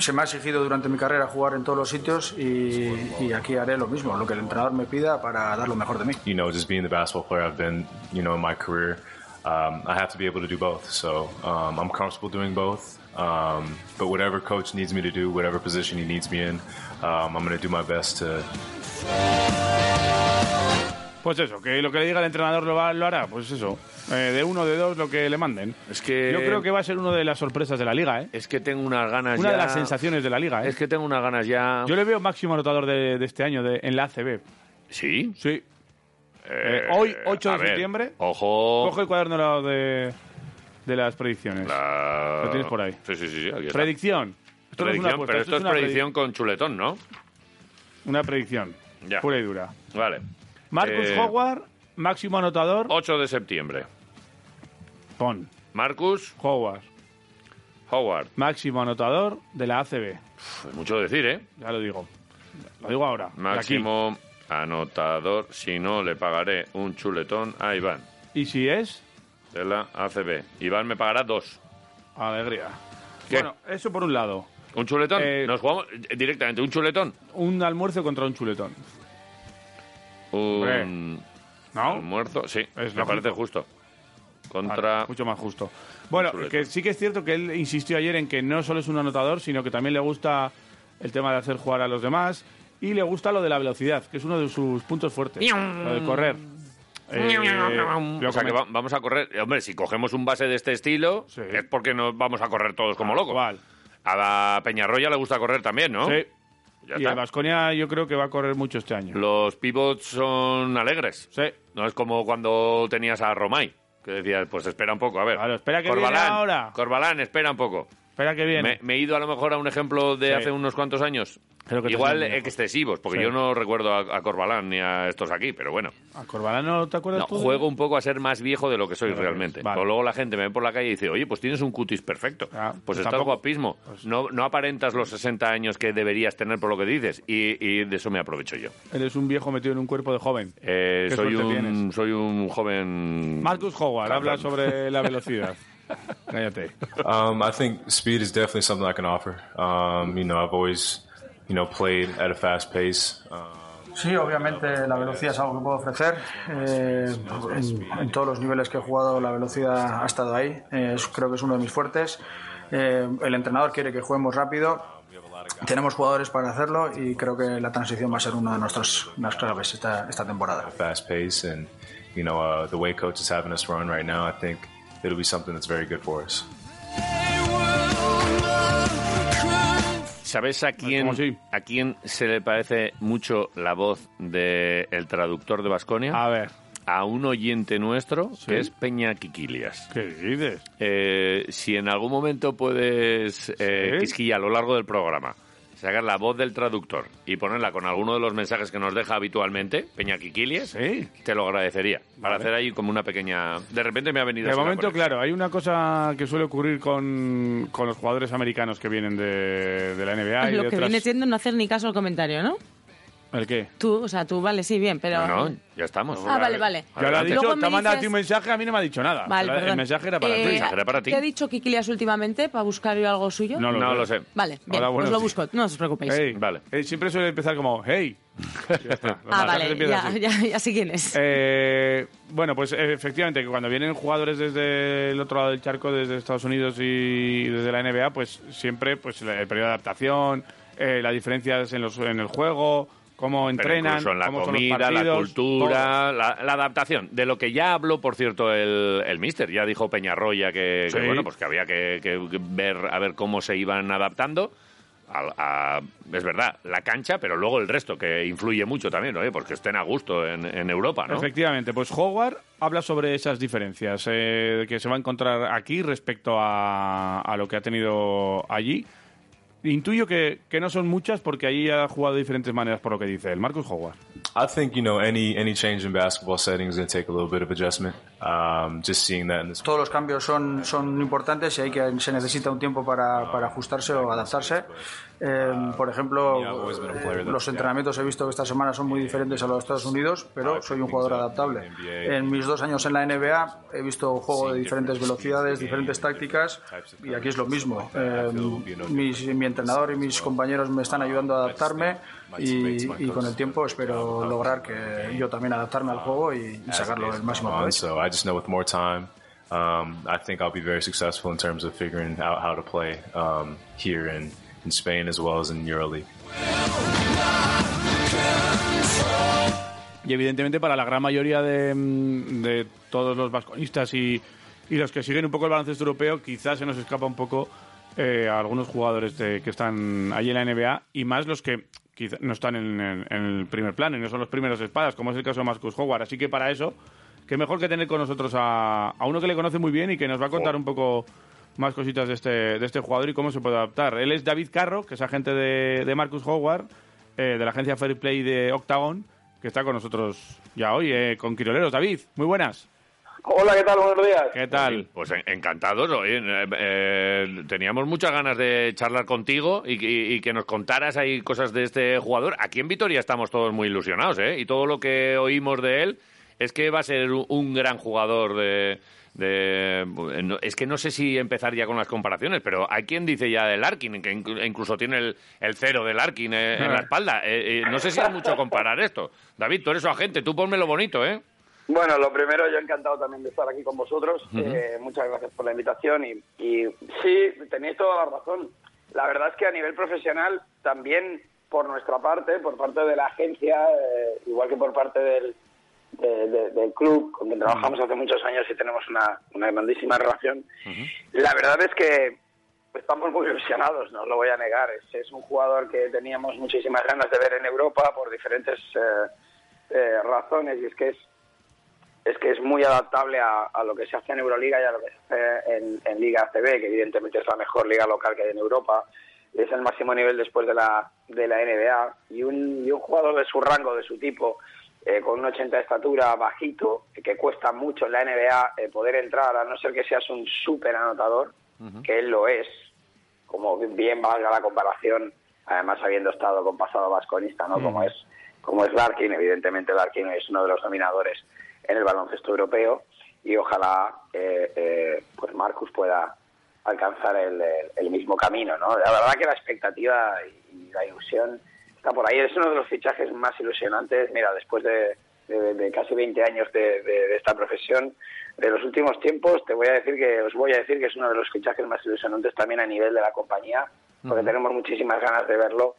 G: se me ha exigido durante mi carrera jugar en todos los sitios y, y aquí haré lo mismo, lo que el entrenador me pida para dar lo mejor de mí.
F: You know, just being the basketball player I've been, you know, in my career, um, I have to be able to do both. So um, I'm comfortable doing both. Um, but whatever coach needs me to do, whatever position he needs me in, um, I'm going to do my best to
C: Pues eso, que lo que le diga el entrenador lo, va- lo hará, pues eso. Eh, de uno, de dos, lo que le manden.
B: Es que-
C: Yo creo que va a ser una de las sorpresas de la liga, ¿eh?
B: Es que tengo unas ganas
C: Una
B: ya...
C: de las sensaciones de la liga, ¿eh?
B: Es que tengo unas ganas ya...
C: Yo le veo máximo anotador de, de este año de- en la ACB.
B: Sí.
C: Sí.
B: Eh,
C: hoy, 8 de
B: a ver, Oh.
C: septiembre,
B: Ojo...
C: Coge el cuaderno al lado de, de las predicciones.
B: La-
C: Lo tienes por ahí.
B: Ah, Sí, sí, sí. sí, aquí está.
C: Predicción. Esto no es una
B: Predicción,
C: apuesta,
B: pero esto es
C: una predi-
B: predicción con chuletón, ¿no?
C: Una predicción.
B: Ya.
C: Pura y dura.
B: Vale.
C: Marcus
B: Eh, Oh.
C: Howard, máximo anotador.
B: 8 de septiembre.
C: Pon.
B: Marcus
C: Howard,
B: Howard.
C: máximo anotador de la ACB.
B: Pues mucho decir, ¿eh?
C: Ya lo digo. Lo digo ahora. de aquí.
B: Máximo anotador. Si no, le pagaré un chuletón a Iván
C: Y si es,
B: de la ACB. Iván me pagará dos.
C: alegría.
B: ¿Qué?
C: Bueno, eso por un lado.
B: ¿Un chuletón?
C: Eh,
B: Nos jugamos eh, directamente. ¿Un chuletón?
C: Un almuerzo contra un chuletón.
B: Un
C: ¿No?
B: almuerzo. Sí,
C: Es
B: me
C: lógico.
B: parece justo.
C: Vale,
B: Contra...
C: mucho más justo. Bueno,
B: chuletón.
C: que sí que es cierto que él insistió ayer en que no solo es un anotador, sino que también le gusta el tema de hacer jugar a los demás y le gusta lo de la velocidad, que es uno de sus puntos fuertes. lo de correr. Eh, lo
B: o sea que
C: comen-
B: va- vamos a correr. eh, Hombre, si cogemos un base de este estilo,
C: Sí. Ah,
B: es porque nos vamos a correr todos como locos.
C: Igual.
B: A la Peñarroya le gusta correr también, ¿no?
C: Sí.
B: Ya
C: Y
B: está.
C: el Vasconia yo creo que va a correr mucho este año.
B: Los pivots son alegres.
C: Sí.
B: No es como cuando tenías a Romay, que decías, pues espera un poco, a ver.
C: Claro, espera que viene ahora.
B: Corbalán, espera un poco.
C: Espera que viene.
B: Me, me he ido a lo mejor a un ejemplo de
C: Sí.
B: hace unos cuantos años.
C: Creo que te
B: Igual
C: sale mejor.
B: excesivos, porque
C: Sí.
B: yo no recuerdo a, a Corbalán ni a estos aquí, pero bueno.
C: ¿A Corbalán no te acuerdas
B: No,
C: tú de-
B: juego un poco a ser más viejo de lo que soy
C: Pero
B: realmente.
C: vale.
B: O luego la gente me ve por la calle y dice, oye, pues tienes un cutis perfecto.
C: Ah,
B: pues
C: pues
B: estás
C: tampoco- Pues
B: guapismo. No, no aparentas los 60 años que deberías tener por lo que dices. Y, y de eso me aprovecho yo.
C: Eres un viejo metido en un cuerpo de joven.
B: Eh,
C: Qué
B: soy,
C: suerte
B: un,
C: tienes.
B: soy un joven...
C: Marcus Howard
B: Claro.
C: habla
B: (laughs)
C: sobre la velocidad. Cállate.
F: Um, I think speed is definitely something I can offer. Um, you know, I've always, you know, played at a fast pace. Um,
G: Sí, obviamente la velocidad es algo que puedo ofrecer. Eh, en, en todos los niveles que he jugado la velocidad ha estado ahí. Eh, es- creo que es uno de mis fuertes. Eh, el entrenador quiere que juguemos rápido. Tenemos jugadores para hacerlo y creo que la transición va a ser una de nuestras las claves esta, esta temporada.
F: fast pace and you know uh, the way coach is having us run right now i think it'll be something that's very good for us
B: ¿Sabes a quién,
C: ¿Cómo sí?
B: a quién se le parece mucho la voz del traductor de Basconia?
C: A
B: A,
C: ver,
B: un oyente nuestro, que es Peña Quiquilias.
C: ¿qué dices?
B: Eh, si en algún momento puedes, eh,
C: Sí.
B: Quisquilla, a lo largo del programa, sacar la voz del traductor y ponerla con alguno de los mensajes que nos deja habitualmente, Peña Quiquilias,
C: Sí.
B: te lo agradecería. Para
C: Vale.
B: hacer ahí como una pequeña... De repente me ha venido...
C: De
B: así la
C: momento,
B: conexión.
C: claro, hay una cosa que suele ocurrir con, con los jugadores americanos que vienen de, de la NBA. y
D: lo
C: de
D: que
C: otras-
D: viene siendo no hacer ni caso al comentario, ¿no?
C: ¿El qué?
D: Tú, o sea, tú, vale, sí, bien, pero...
B: No, no, ya estamos.
D: Ah, vale, vale.
C: Ya lo ha
B: Adelante.
C: dicho,
D: Luego me
C: te ha mandado a ti
D: dices-
C: un mensaje, a mí no me ha dicho nada.
D: Vale,
C: el,
D: perdón.
C: mensaje era para
D: Eh,
C: ti.
B: mensaje era para ti.
D: ¿Te ha dicho Kikilias últimamente para buscar yo algo suyo?
C: No
B: No lo sé.
D: Vale, bien,
C: Hola,
D: pues
C: buenos
D: lo
C: días.
D: busco, no os preocupéis.
C: Hey,
B: Vale.
C: eh, siempre suele empezar como, hey. Ya está, los
D: ah,
C: mensajes
D: vale,
C: empiezan
D: ya,
C: así.
D: ya, ya sé quién es.
C: Eh, bueno, pues eh, efectivamente, que cuando vienen jugadores desde el otro lado del charco, desde Estados Unidos y desde la NBA, pues siempre pues la- el periodo de adaptación, eh, las diferencias en, los, en el juego, cómo
B: Pero
C: entrenan,
B: incluso en la
C: cómo son los
B: comida, la
C: partidos,
B: cultura, la, la adaptación. De lo que ya habló, por cierto, el, el mister. Ya dijo Peñarroya que, que,
C: Sí.
B: bueno, pues que había que, que- que ver a ver cómo se iban adaptando. A, a- es verdad, la cancha, pero luego el resto, que influye mucho también, ¿no? Eh, Porque estén a gusto en, en Europa, ¿no?
C: Efectivamente, pues Howard habla sobre esas diferencias eh, que se va a encontrar aquí respecto a, a lo que ha tenido allí. Intuyo que, que no son muchas porque allí ha jugado de diferentes maneras, por lo que dice el Marcus Howard.
F: i think you know any any change in basketball setting is going to take a little bit of adjustment Um, just seeing that in this
G: Todos los cambios son, son importantes y hay que, se necesita un tiempo para, para ajustarse o adaptarse. Eh, por ejemplo, eh, los entrenamientos he visto que esta semana son muy diferentes a los de Estados Unidos, pero soy un jugador adaptable. En mis dos años en la NBA he visto un juego de diferentes velocidades, diferentes tácticas y aquí es lo mismo. Eh, mis- mi entrenador y mis compañeros me están ayudando a adaptarme y, y con el tiempo espero lograr que yo también adaptarme al juego y, y sacarlo del máximo
F: on.
G: provecho.
F: So I just know with more time, um, I think I'll be very successful in terms of figuring out how to play um, here in, in Spain as well as in EuroLeague.
C: Y evidentemente para la gran mayoría de, mm, de todos los vasconistas y, y los que siguen un poco el baloncesto europeo, quizás se nos escapa un poco eh, a algunos jugadores de- que están allí en la NBA y más los que quizá no están en, en- en el primer plano y no son los primeros espadas, como es el caso de Marcus Howard. Así que para eso, qué mejor que tener con nosotros a, a uno que le conoce muy bien y que nos va a contar un poco más cositas de este, de este jugador y cómo se puede adaptar. Él es David Carro, que es agente de, de Marcus Howard, eh, de la agencia Fair Play de Octagon, que está con nosotros ya hoy, eh, con Quiroleros. David, muy buenas.
H: Hola, ¿qué tal? Buenos días.
C: ¿Qué tal?
B: Pues en- encantados. oye, eh, eh, teníamos muchas ganas de charlar contigo y, que- y que nos contaras ahí cosas de este jugador. Aquí en Vitoria estamos todos muy ilusionados, ¿eh? Y todo lo que oímos de él es que va a ser un, un gran jugador de... de- no- es que no sé si empezar ya con las comparaciones, pero hay quien dice ya del Larkin, que inc- incluso tiene el, el cero del Larkin eh, en la
C: Ah.
B: espalda. Eh, eh, no sé si es mucho comparar esto. David, tú eres su agente, tú ponme lo bonito, ¿eh?
H: Bueno, lo primero, yo encantado también de estar aquí con vosotros. Eh, muchas gracias por la invitación. Y, y sí, tenéis toda la razón. La verdad es que a nivel profesional, también por nuestra parte, por parte de la agencia, eh, igual que por parte del, de- de- del club con quien trabajamos hace muchos años y tenemos una, una grandísima relación, la verdad es que estamos muy ilusionados, no os lo voy a negar. Es, es un jugador que teníamos muchísimas ganas de ver en Europa por diferentes eh, eh, razones y es que es es que es muy adaptable a, a lo que se hace en Euroliga y a lo que se hace en, en Liga CB, que evidentemente es la mejor liga local que hay en Europa. Es el máximo nivel después de la, de la NBA. Y un, y un jugador de su rango, de su tipo, eh, con un 80 de estatura, bajito, que cuesta mucho en la NBA eh, poder entrar, a no ser que seas un súper anotador, que él lo es, como bien valga la comparación, además habiendo estado con pasado vasconista, ¿no? Como es como es Larkin, evidentemente Larkin es uno de los dominadores en el baloncesto europeo y ojalá eh, eh, pues Marcus pueda alcanzar el, el- el mismo camino, ¿no? La verdad que la expectativa y la ilusión está por ahí. Es uno de los fichajes más ilusionantes, mira, después de, de- de casi 20 años de, de- de esta profesión, de los últimos tiempos, te voy a decir que os voy a decir que es uno de los fichajes más ilusionantes también a nivel de la compañía, porque tenemos muchísimas ganas de verlo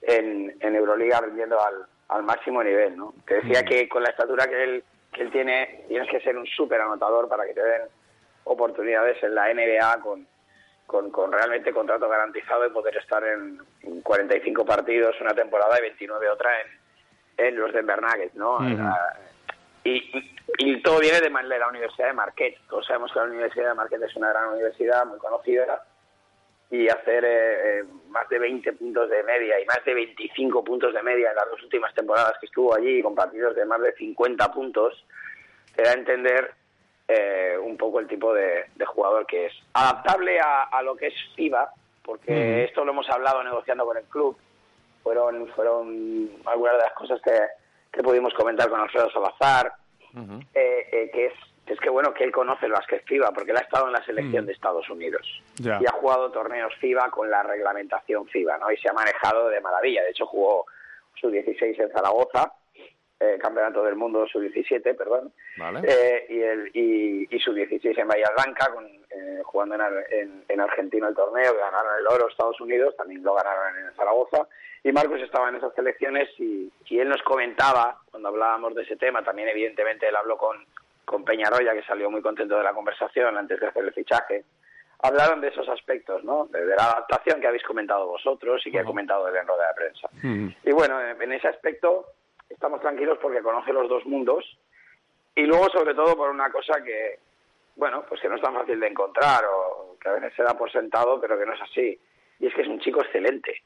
H: en, en Euroliga rindiendo al, al máximo nivel, ¿no? Te decía que con la estatura que él, que él tiene, tienes que ser un súper anotador para que te den oportunidades en la NBA con, con, con realmente contrato garantizado y poder estar en 45 partidos una temporada y 29 otra en, en los Denver Nuggets, ¿no? Ah, y, y- y todo viene de, man- de la Universidad de Marquette. Todos sabemos que la Universidad de Marquette es una gran universidad, muy conocida, y hacer eh, eh, más de 20 puntos de media y más de 25 puntos de media en las dos últimas temporadas que estuvo allí con partidos de más de 50 puntos te da a entender eh, un poco el tipo de, de jugador que es adaptable a, a lo que es FIBA porque esto lo hemos hablado negociando con el club fueron fueron algunas de las cosas que, que pudimos comentar con Alfredo Salazar eh, eh, que es que es que bueno que él conoce el básquet FIBA porque él ha estado en la selección de Estados Unidos
C: Ya.
H: y ha jugado torneos FIBA con la reglamentación FIBA, ¿no? Y se ha manejado de maravilla. De hecho, jugó su 16 en Zaragoza, eh, Campeonato del Mundo su 17, perdón,
B: Vale.
H: eh, y, el, y, y su 16 en Bahía Blanca, con, eh, jugando en, Ar- en, en Argentina el torneo, que ganaron el oro Estados Unidos, también lo ganaron en Zaragoza. Y Marcos estaba en esas selecciones y, y él nos comentaba, cuando hablábamos de ese tema, también evidentemente él habló con, con Peñarroya, que salió muy contento de la conversación antes de hacer el fichaje, hablaron de esos aspectos, ¿no? De, de la adaptación que habéis comentado vosotros y que ha comentado él en rueda de prensa. Y bueno, en en ese aspecto estamos tranquilos porque conoce los dos mundos y luego, sobre todo, por una cosa que, bueno, pues que no es tan fácil de encontrar o que a veces se da por sentado, pero que no es así. Y es que es un chico excelente.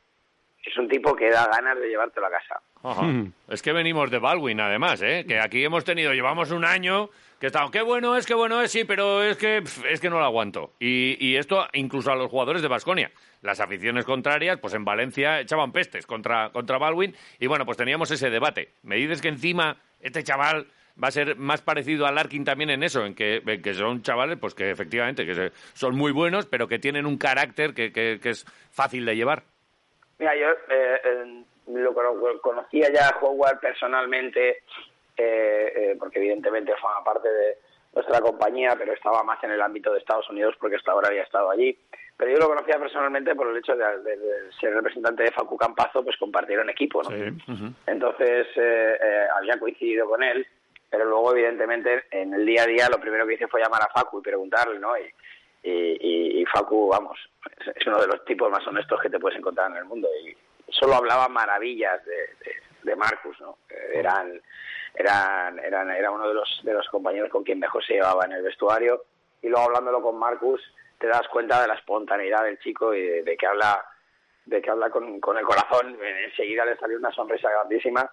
H: Es un tipo que da ganas de llevártelo a casa.
B: Ajá. Es que venimos de Baldwin, además, ¿eh? Que aquí hemos tenido, llevamos un año que estaban, qué bueno es, qué bueno es, sí, pero es que, pf, es que no lo aguanto. Y, y esto incluso a los jugadores de Basconia. Las aficiones contrarias, pues en Valencia echaban pestes contra, contra Baldwin y bueno, pues teníamos ese debate. Me dices que encima este chaval va a ser más parecido a Larkin también en eso, en que, en que son chavales, pues que efectivamente que se- son muy buenos, pero que tienen un carácter que, que- que es fácil de llevar.
H: Mira, yo eh, eh, lo cono- conocía ya a Howard personalmente, eh, eh, porque evidentemente forma parte de nuestra compañía, pero estaba más en el ámbito de Estados Unidos porque hasta ahora había estado allí. Pero yo lo conocía personalmente por el hecho de, de- de ser representante de Facu Campazo, pues compartieron equipo, ¿no? Entonces eh, eh, había coincidido con él, pero luego evidentemente en el día a día lo primero que hice fue llamar a Facu y preguntarle, ¿no? Y, y- y- y Facu, vamos, es, es uno de los tipos más honestos que te puedes encontrar en el mundo. Y solo hablaba maravillas de, de, de Marcus, ¿no? Eh, Eran, eran, eran, era uno de los, de los compañeros con quien mejor se llevaba en el vestuario. Y luego hablándolo con Marcus, te das cuenta de la espontaneidad del chico y de- de que habla de que habla con, con el corazón, eh, enseguida le salió una sonrisa grandísima.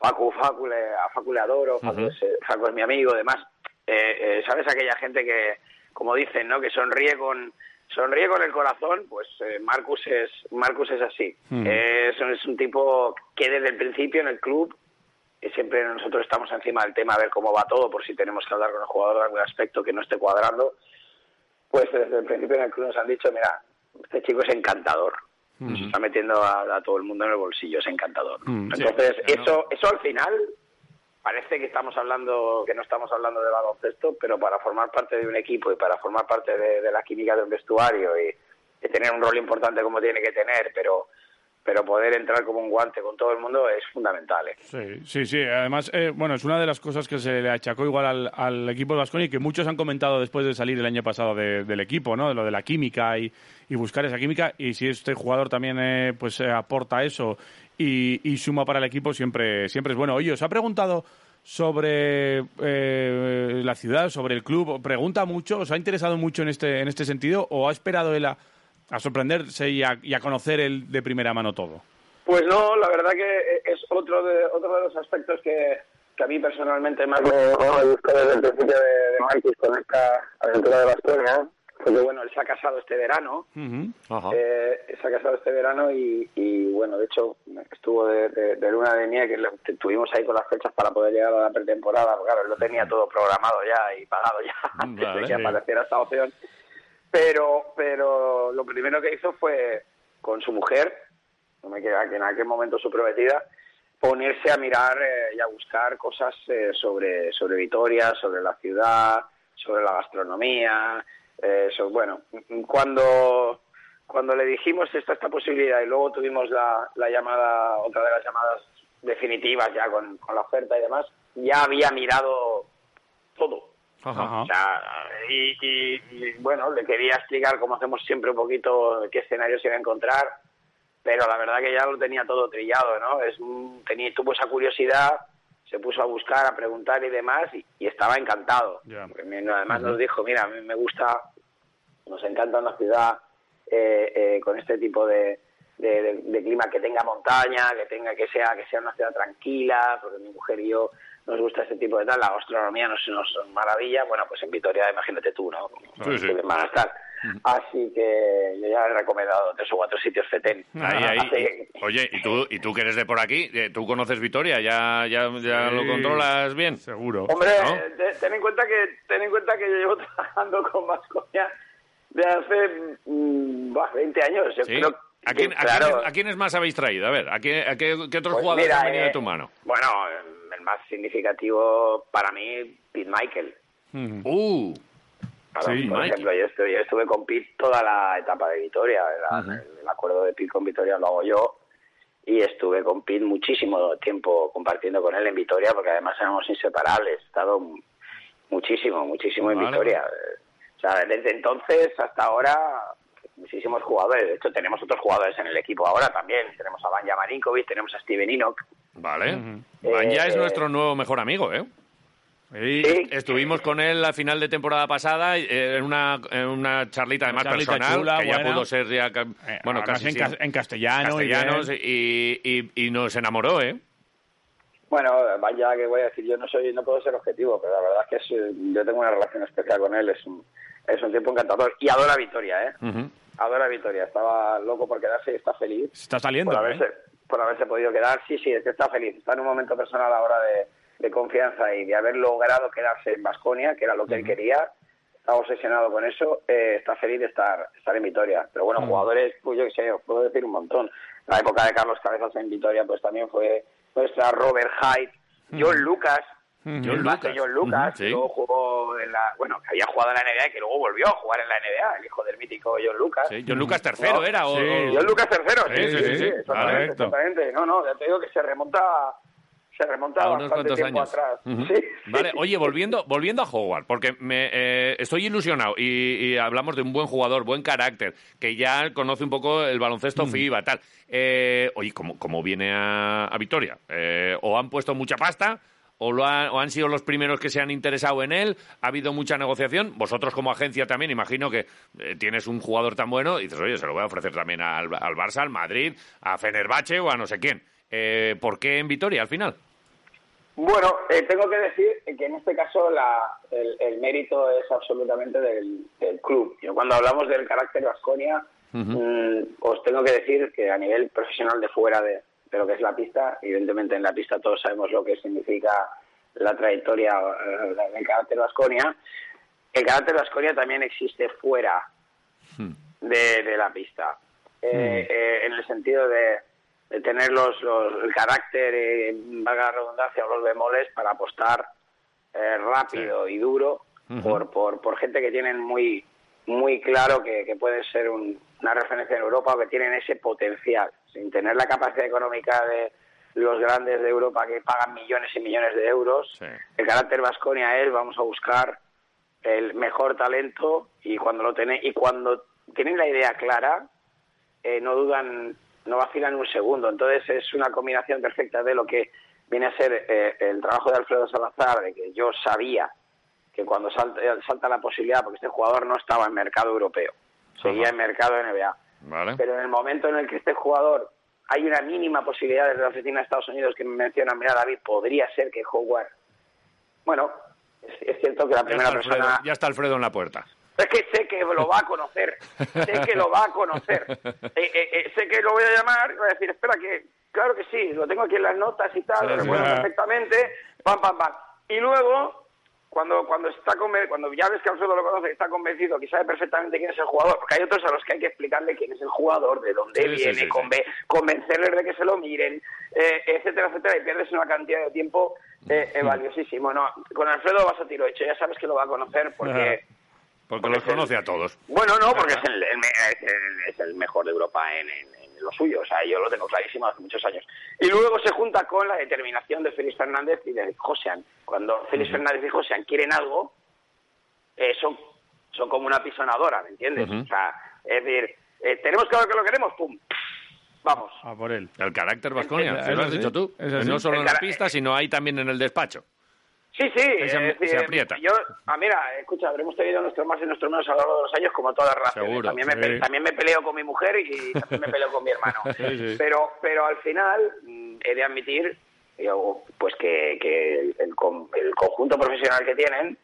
H: Facu, Facu, le, a Facu le adoro, Facu, es, eh, Facu es mi amigo, además. Eh, eh, ¿Sabes aquella gente que, como dicen, ¿no? que sonríe con sonríe con el corazón? Pues eh, Marcus, es, Marcus es así. Eh, es, un- es un tipo que desde el principio en el club eh, siempre nosotros estamos encima del tema a ver cómo va todo, por si tenemos que hablar con el jugador de algún aspecto que no esté cuadrando. Pues desde el principio en el club nos han dicho, mira, este chico es encantador. Se está metiendo a, a todo el mundo en el bolsillo, es encantador.
C: Mm, sí,
H: Entonces, eso, eso al final parece que estamos hablando, que no estamos hablando de baloncesto, pero para formar parte de un equipo y para formar parte de, de la química de un vestuario y de tener un rol importante como tiene que tener, pero pero poder entrar como un guante con todo el mundo es fundamental. ¿eh?
C: Sí, sí, sí. Además, eh, bueno, es una de las cosas que se le achacó igual al, al equipo de Vasconi y que muchos han comentado después de salir el año pasado de- del equipo, ¿no? De lo de la química y, y buscar esa química. Y si este jugador también eh, pues eh, aporta eso y, y suma para el equipo, siempre, siempre es bueno. Oye, os ha preguntado sobre eh, la ciudad, sobre el club. Pregunta mucho, ¿os ha interesado mucho en este, en este sentido o ha esperado él a, a sorprenderse y a, y a conocer él de primera mano todo?
H: Pues no, la verdad que es otro de, otro de los aspectos que, que a mí personalmente más me me gustó Eh, desde el principio de, de Marcus con esta aventura de Bastonia, porque bueno, él se ha casado este verano, eh, se ha casado este verano y, y, bueno, de hecho estuvo de, de- de luna de miel, que lo- que tuvimos ahí con las fechas para poder llegar a la pretemporada, porque claro, él lo tenía todo programado ya y pagado ya (laughs) antes
B: Vale.
H: de que apareciera esta opción pero pero lo primero que hizo fue con su mujer no me queda que en aquel momento su prometida ponerse a mirar eh, y a buscar cosas eh, sobre sobre Vitoria sobre la ciudad sobre la gastronomía eh, so- bueno cuando cuando le dijimos esta esta posibilidad y luego tuvimos la, la llamada otra de las llamadas definitivas ya con, con la oferta y demás ya había mirado todo
C: Ajá.
H: o sea, y, y- y, bueno, le quería explicar, como hacemos siempre, un poquito qué escenario se iba a encontrar, pero la verdad que ya lo tenía todo trillado, ¿no? Es, un- tenía, tuvo esa curiosidad, se puso a buscar, a preguntar y demás, y, y estaba encantado.
C: Ya.
H: Porque me- Además nos dijo, mira, a mí me gusta nos encanta una ciudad eh, eh, con este tipo de, de- de- de clima que tenga montaña, que tenga que sea que sea una ciudad tranquila, porque mi mujer y yo nos gusta ese tipo de tal, la gastronomía nos, nos maravilla, bueno, pues en Vitoria imagínate tú, ¿no?
B: Sí, sí.
H: Que van a estar. Así que yo ya he recomendado tres o cuatro sitios FETEN. (laughs)
B: Ahí, ahí.
H: Así que-
B: Oye, ¿y tú, y tú que eres de por aquí, eh, tú conoces Vitoria, ya, ya, ya lo
C: Sí.
B: controlas bien.
C: Seguro.
H: Hombre,
B: ¿no?
H: eh, te- ten en cuenta que ten en cuenta que yo llevo (laughs) trabajando con Vasconia de hace mm, bah, 20 años. Yo
B: ¿Sí?
H: creo
B: ¿A,
H: que,
B: quién, a quién-
H: claro,
B: a quiénes más habéis traído? A ver, ¿a qué, a qué, qué otros
H: Pues
B: jugadores
H: mira,
B: han venido de
H: eh,
B: tu mano?
H: Bueno, el más significativo para mí, Pete Michael.
B: ¡Uh!
H: Claro,
B: Sí,
H: por
B: Michael.
H: ejemplo, yo estuve, yo estuve con Pete toda la etapa de Vitoria. la- El acuerdo de Pete con Vitoria lo hago yo. Y estuve con Pete muchísimo tiempo compartiendo con él en Vitoria, porque además éramos inseparables. He estado mu- muchísimo, muchísimo en
B: Vale. pues.
H: Vitoria. Eh, O sea, desde entonces hasta ahora, muchísimos jugadores. De hecho, tenemos otros jugadores en el equipo ahora también. Tenemos a Vanja Marinkovic, tenemos a Steven Enoch.
B: Vale. Van ya es
H: Eh,
B: nuestro nuevo mejor amigo, ¿eh?
H: Sí.
B: Estuvimos con él a final de temporada pasada eh, en una, en una charlita además
C: charlita
B: personal,
C: chula,
B: que ya
C: buena.
B: pudo ser ya, ca-
C: Eh,
B: bueno,
C: además
B: casi
C: en,
B: sí,
C: cas- en castellano. y
B: castellanos
C: bien.
B: y, y- y nos enamoró, ¿eh?
H: Bueno, vaya que voy a decir, yo no soy, no puedo ser objetivo, pero la verdad es que es, yo tengo una relación especial con él, es un, es un tiempo encantador y adora a Vitoria, ¿eh? Adora a Vitoria, estaba loco por quedarse y está feliz
C: Se está saliendo,
H: por
C: ¿eh?
H: haberse, por haberse podido quedar. Sí, sí, es que está feliz, está en un momento personal ahora de, de confianza y de haber logrado quedarse en Basconia, que era lo que él quería. Está obsesionado con eso, eh, está feliz de estar, estar en Vitoria. Pero bueno, jugadores, pues yo qué sé, os puedo decir un montón. La época de Carlos Cabezas en Vitoria, pues también fue nuestra Robert Hyde, John Lucas.
B: John
H: el base
B: Lucas.
H: John Lucas,
B: Ujú, sí.
H: que luego jugó en la. Bueno, que había jugado en la NBA y que luego volvió a jugar en la NBA, el hijo del mítico John Lucas.
B: Sí, John Lucas III
H: No,
B: era. O,
C: sí,
B: o-
H: Yo el Lucas tercero,
B: Sí, sí, sí, sí,
H: exactamente,
C: correcto.
H: exactamente. No, no, ya te digo que se remonta, se remonta
B: a unos
H: bastante
B: cuantos
H: tiempo
B: años.
H: atrás.
B: Ujú.
H: Sí, sí.
B: Vale, oye, volviendo, volviendo a Howard, porque me, eh, estoy ilusionado y, y hablamos de un buen jugador, buen carácter, que ya conoce un poco el baloncesto FIBA, tal. Eh, oye, ¿cómo, cómo viene a, a Vitoria? Eh, ¿O han puesto mucha pasta? O, lo han, ¿O han sido los primeros que se han interesado en él? ¿Ha habido mucha negociación? Vosotros como agencia también, imagino que eh, tienes un jugador tan bueno y dices, oye, se lo voy a ofrecer también al, al Barça, al Madrid, a Fenerbahce o a no sé quién. Eh, ¿Por qué en Vitoria al final?
H: Bueno, eh, tengo que decir que en este caso la- el, el mérito es absolutamente del, del club. Yo cuando hablamos del carácter Vasconia, mm, os tengo que decir que a nivel profesional de fuera de, de lo que es la pista, evidentemente en la pista todos sabemos lo que significa la trayectoria eh, del carácter Vasconia, el carácter Vasconia también existe fuera de, de la pista. Eh, eh, en el sentido de, de tener los, los- el carácter, eh, valga la redundancia, o los bemoles para apostar eh, rápido y duro por, por, por gente que tienen muy, muy claro que, que puede ser un- una referencia en Europa o que tienen ese potencial, sin tener la capacidad económica de los grandes de Europa que pagan millones y millones de euros.
B: Sí.
H: El carácter vasconia es, vamos a buscar el mejor talento y cuando lo tienen y cuando tienen la idea clara eh, no dudan no vacilan un segundo entonces es una combinación perfecta de lo que viene a ser eh, el trabajo de Alfredo Salazar de que yo sabía que cuando salta, salta la posibilidad porque este jugador no estaba en mercado europeo seguía
B: Ajá.
H: en mercado NBA
B: Vale.
H: pero en el momento en el que este jugador hay una mínima posibilidad desde la oficina de Estados Unidos que me mencionan, mira David, podría ser que Howard... Bueno, es, es cierto que
B: Ya
H: la
B: está,
H: primera
B: Alfredo,
H: persona...
B: ya está Alfredo en la puerta.
H: Es que sé que lo va a conocer, sé que lo va a
B: (laughs)
H: conocer, Eh, eh, eh, sé que lo voy a llamar y voy a decir, espera que, claro que sí, lo tengo aquí en las notas y tal, lo
C: sí.
B: Ah.
H: recuerdo perfectamente, pam, pam, pam. Y luego, cuando cuando está conven- cuando ya ves que Alfredo lo conoce, que está convencido, que sabe perfectamente quién es el jugador, porque hay otros a los que hay que explicarle quién es el jugador, de dónde
B: Sí, sí,
H: viene,
B: sí, sí.
H: conven- convencerles de que se lo miren, eh, etcétera, etcétera, y pierdes una cantidad de tiempo
B: Mm.
H: eh, eh, valiosísimo. No, con Alfredo vas a tiro hecho, ya sabes que lo va a conocer
B: Ah.
H: porque...
B: Porque los conoce a todos.
H: Bueno, no, porque es el, el me- es el- es el mejor de Europa en, en- en lo suyo. O sea, yo lo tengo clarísimo hace muchos años. Y luego se junta con la determinación de Félix Fernández y de Josean. Cuando Félix Fernández y Josean quieren algo, eh, son, son como una pisonadora, ¿me entiendes? O sea, es decir, eh, tenemos claro que lo queremos, ¡pum! Vamos.
C: A por él.
B: El carácter vasconia,
C: Es
B: lo has
C: así,
B: dicho tú.
C: es así.
B: No solo
H: El
B: en la
H: cara-
B: pista, sino ahí también en el despacho.
H: Sí, sí.
B: se am-
H: es decir,
B: se aprieta.
H: Yo, ah, mira, escucha, habremos tenido nuestros más y nuestros menos a lo largo de los años, como todas las relaciones.
B: Seguro,
H: también, me,
C: sí.
H: pe- también me peleo con mi mujer
C: (laughs)
H: y también me peleo con mi hermano.
C: Sí, sí.
H: Pero, pero al final mm, he de admitir, yo, pues que, que el, el con- el conjunto profesional que tienen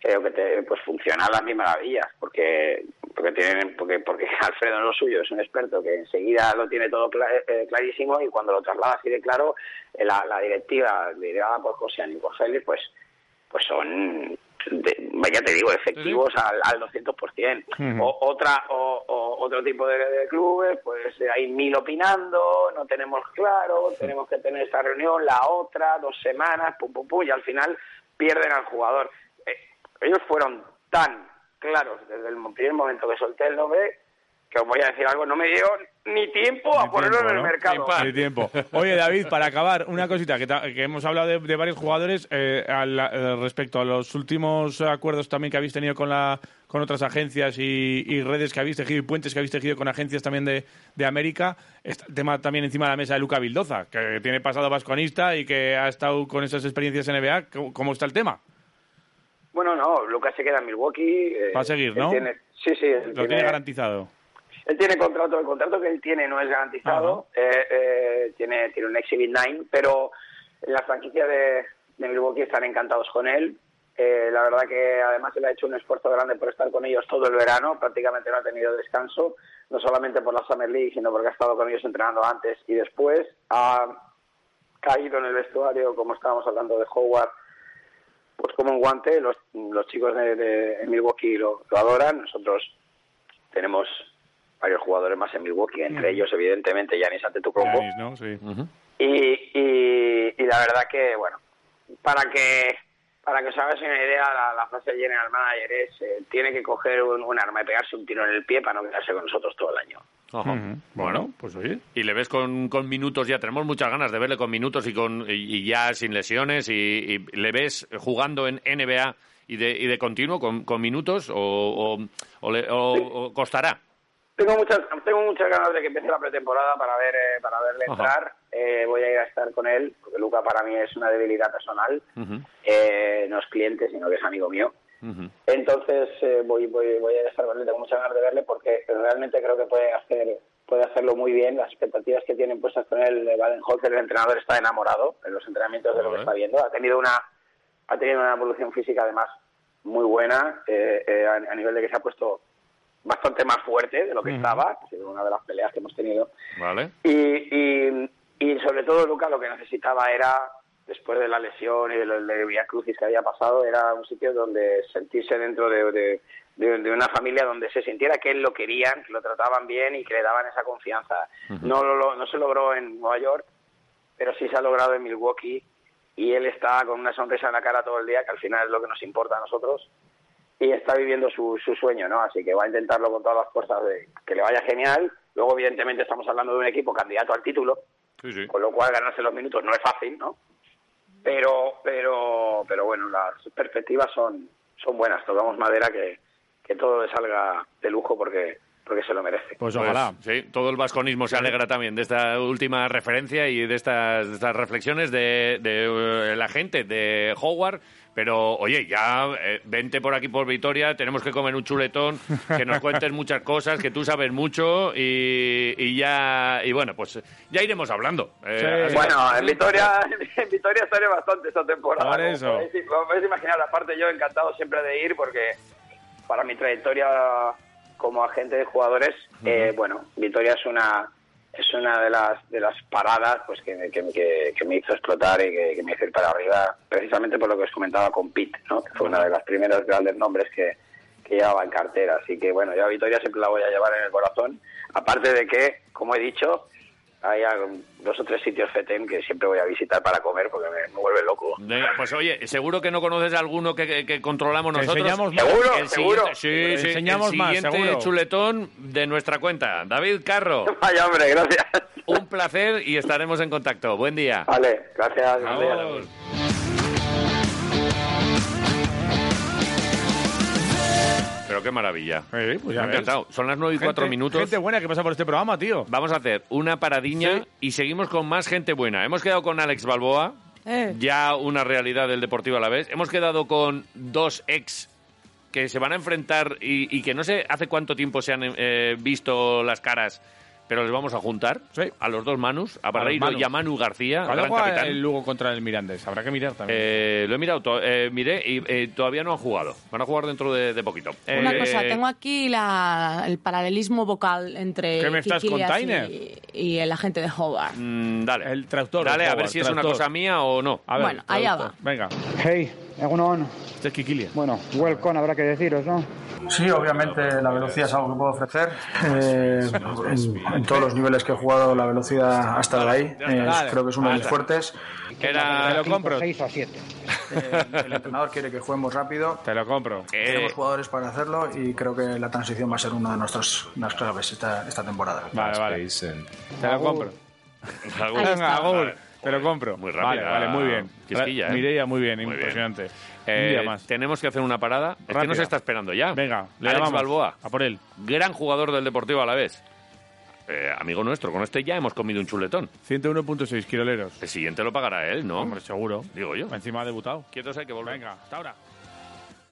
H: creo que te- pues funciona a las mil maravillas porque porque tienen porque porque (laughs) Alfredo en lo suyo es un experto que enseguida lo tiene todo cla- eh, clarísimo y cuando lo traslada así de claro eh, la, la directiva liderada por José y por Félix pues pues son de- ya te digo efectivos al, al 200% o, otra o, o- otro tipo de, de clubes pues eh, hay mil opinando no tenemos claro tenemos que tener esta reunión la otra dos semanas pum pum pum y al final pierden al jugador Eh, ellos fueron tan claros desde el primer momento que solté el nombre que os voy a decir algo, no me dio ni tiempo a
C: Ni
H: ponerlo
C: tiempo,
H: en el
C: ¿no?
H: mercado.
B: Ni pa-
C: Hay tiempo. Oye, David, para acabar, una cosita que, ta- que hemos hablado de, de varios jugadores eh, al- eh, respecto a los últimos acuerdos también que habéis tenido con la con otras agencias y, y redes que habéis tejido y puentes que habéis tejido con agencias también de, de América. Está el tema también encima de la mesa de Luca Vildoza, que tiene pasado vasconista y que ha estado con esas experiencias en NBA. ¿Cómo, cómo está el tema?
H: Bueno, no, Lucas se queda en Milwaukee. eh,
C: Va a seguir,
H: él
C: ¿no?
H: tiene- sí, sí. él
C: Lo tiene garantizado.
H: Él tiene contrato, el contrato que él tiene no es garantizado, eh, eh, tiene, tiene un Exhibit 9, pero en la franquicia de, de Milwaukee están encantados con él. Eh, la verdad que además él ha hecho un esfuerzo grande por estar con ellos todo el verano, prácticamente no ha tenido descanso, no solamente por la Summer League, sino porque ha estado con ellos entrenando antes y después. Ha caído en el vestuario, como estábamos hablando de Howard, pues como un guante. Los, los chicos de, de Milwaukee lo, lo adoran, nosotros tenemos varios jugadores más en Milwaukee, entre ellos evidentemente Yanis Antetokounmpo.
C: Giannis, ¿no? Sí.
H: Y, y, y la verdad que, bueno, para que para que os hagáis una idea, la, la frase del general manager es eh, tiene que coger un, un arma y pegarse un tiro en el pie para no quedarse con nosotros todo el año.
B: Ajá.
C: Ujú.
B: Bueno, pues oye. Y le ves con, con minutos ya. Tenemos muchas ganas de verle con minutos y con y, y ya sin lesiones. Y, y le ves jugando en NBA y de, y de continuo con, con minutos o, o, o le- o- o costará.
H: Tengo muchas, tengo muchas ganas de que empiece la pretemporada para ver eh, para verle
B: Ajá.
H: entrar. Eh, voy a ir a estar con él, porque Luca para mí es una debilidad personal.
B: Ujú,
H: Eh, no es cliente, sino que es amigo mío.
B: ujú.
H: Entonces eh, voy, voy, voy a estar con él, tengo muchas ganas de verle porque realmente creo que puede hacer puede hacerlo muy bien. Las expectativas que tienen puestas con él, eh, Baden-Holzer, el entrenador, está enamorado en los entrenamientos de lo que
B: Vale.
H: está viendo. Ha tenido una ha tenido una evolución física además muy buena eh, eh, a, a nivel de que se ha puesto bastante más fuerte de lo que estaba. Ha sido una de las peleas que hemos tenido.
B: Vale.
H: Y, y, y sobre todo, Luca, lo que necesitaba era, después de la lesión y de lo de Via Crucis que había pasado, era un sitio donde sentirse dentro de, de, de- de una familia donde se sintiera que él lo querían, que lo trataban bien y que le daban esa confianza. no, lo- lo- no se logró en Nueva York, pero sí se ha logrado en Milwaukee y él está con una sonrisa en la cara todo el día, que al final es lo que nos importa a nosotros. Y está viviendo su, su sueño, ¿no? Así que va a intentarlo con todas las fuerzas, de, que le vaya genial. Luego, evidentemente, estamos hablando de un equipo candidato al título,
B: Sí, sí.
H: con lo cual ganarse los minutos no es fácil, ¿no? Pero, pero, pero bueno, las perspectivas son, son buenas. Tocamos madera que, que todo le salga de lujo porque, porque se lo merece.
C: Pues
B: Pues,
C: ojalá.
B: sí, todo el vasconismo se alegra también de esta última referencia y de estas, de estas reflexiones de, de, eh, la gente, de Howard. Pero, oye, ya eh, vente por aquí por Vitoria, tenemos que comer un chuletón, que nos cuentes muchas cosas, que tú sabes mucho y, y ya... Y bueno, pues ya iremos hablando. Eh,
C: Sí.
B: así-
H: Bueno, en Vitoria, (laughs) en Vitoria estaré bastante esta temporada.
C: Por
H: ¿no?
C: eso.
H: Os podéis- Os podéis imaginar, aparte yo encantado siempre de ir porque para mi trayectoria como agente de jugadores, eh, bueno, Vitoria es una es una de las de las paradas pues que, me- que, me- que- que me hizo explotar y que, que me hizo ir para arriba, precisamente por lo que os comentaba con Pete, ¿no? que fue una de las primeras grandes nombres que, que llevaba en cartera. Así que bueno, yo a Vitoria siempre la voy a llevar en el corazón, aparte de que, como he dicho, hay algún- dos o tres sitios FETEN que siempre voy a visitar para comer porque me, me vuelve loco.
B: Venga, pues oye, seguro que no conoces a alguno que, que- que controlamos
C: Te
B: nosotros.
C: enseñamos más.
H: Seguro,
B: El
H: seguro.
B: siguiente- sí,
C: Te
B: sí,
C: enseñamos
B: el
C: más,
B: siguiente
C: seguro.
B: chuletón de nuestra cuenta. David Carro,
H: (laughs) Vaya hombre, gracias.
B: un placer y estaremos en contacto. Buen día.
H: Vale, gracias. buenos días.
B: Pero qué maravilla.
C: Sí, pues
B: Me
C: ya
B: ha
C: ves.
B: encantado. Son las 9 y
C: Gente-
B: 4 minutos.
C: Gente buena que pasa por este programa, tío.
B: Vamos a hacer una paradiña
C: Sí.
B: y seguimos con más gente buena. Hemos quedado con Alex Balboa,
D: Eh.
B: ya una realidad del Deportivo a la vez. Hemos quedado con dos ex que se van a enfrentar y, y que no sé hace cuánto tiempo se han eh, visto las caras, pero les vamos a juntar
C: Sí.
B: a los dos Manus, a
C: los
B: Barreiro y a
C: Manus.
B: Manu García, al
C: ¿Cuándo
B: gran
C: juega
B: capitán.
C: el Lugo contra el Mirandés? Habrá que mirar también.
B: Eh, lo he mirado, to- eh, miré y eh, todavía no han jugado. Van a jugar dentro de, de poquito.
D: Una
B: Eh,
D: cosa, tengo aquí la- el paralelismo vocal entre
C: ¿Qué me estás
D: Kiki Leas
C: container?
D: y, y el agente de Hobart.
B: mm, dale.
C: El tractor de
B: Dale, a
C: Howard,
B: ver si es una
C: tractor. Ah,
B: cosa mía o no.
C: A ver,
D: bueno, allá
C: traductor. Venga,
I: Hey, Egunon.
C: este es Kikilia.
I: Bueno, welcome habrá que deciros, ¿no?
G: Sí, obviamente la velocidad es algo que puedo ofrecer. Eh, en, en todos los niveles que he jugado, la velocidad ha estado ahí. Eh,
C: Dale.
G: creo que es uno de mis fuertes.
B: Era-
C: Te lo compro,
I: 6 o 7.
G: Eh, el entrenador quiere que juguemos rápido.
C: te lo compro.
B: Eh,
G: Tenemos jugadores para hacerlo y creo que la transición va a ser una de nuestras unas claves esta, esta temporada.
C: Vale, vale.
F: Space and
C: Te lo compro.
B: (laughs) Raúl.
C: Venga, Gol.
B: Vale.
C: Te lo compro.
B: Muy rápida.
C: Vale, vale, muy bien.
B: Quisquilla, ¿eh?
C: Mireia, muy bien,
B: Muy bien.
C: impresionante.
B: Eh,
C: Un día más.
B: Tenemos que hacer una parada. Es que
C: Rápida.
B: nos está esperando ya.
C: Venga, le
B: Alex
C: llamamos.
B: Balboa,
C: A por él.
B: gran jugador del Deportivo a la vez. Eh, amigo nuestro, con este ya hemos comido un chuletón.
C: 101.6 kiloleros.
B: El siguiente lo pagará él, ¿no?
C: Hombre, seguro.
B: Digo yo.
C: Encima ha debutado.
B: Quietos hay que volver.
C: Venga, hasta ahora.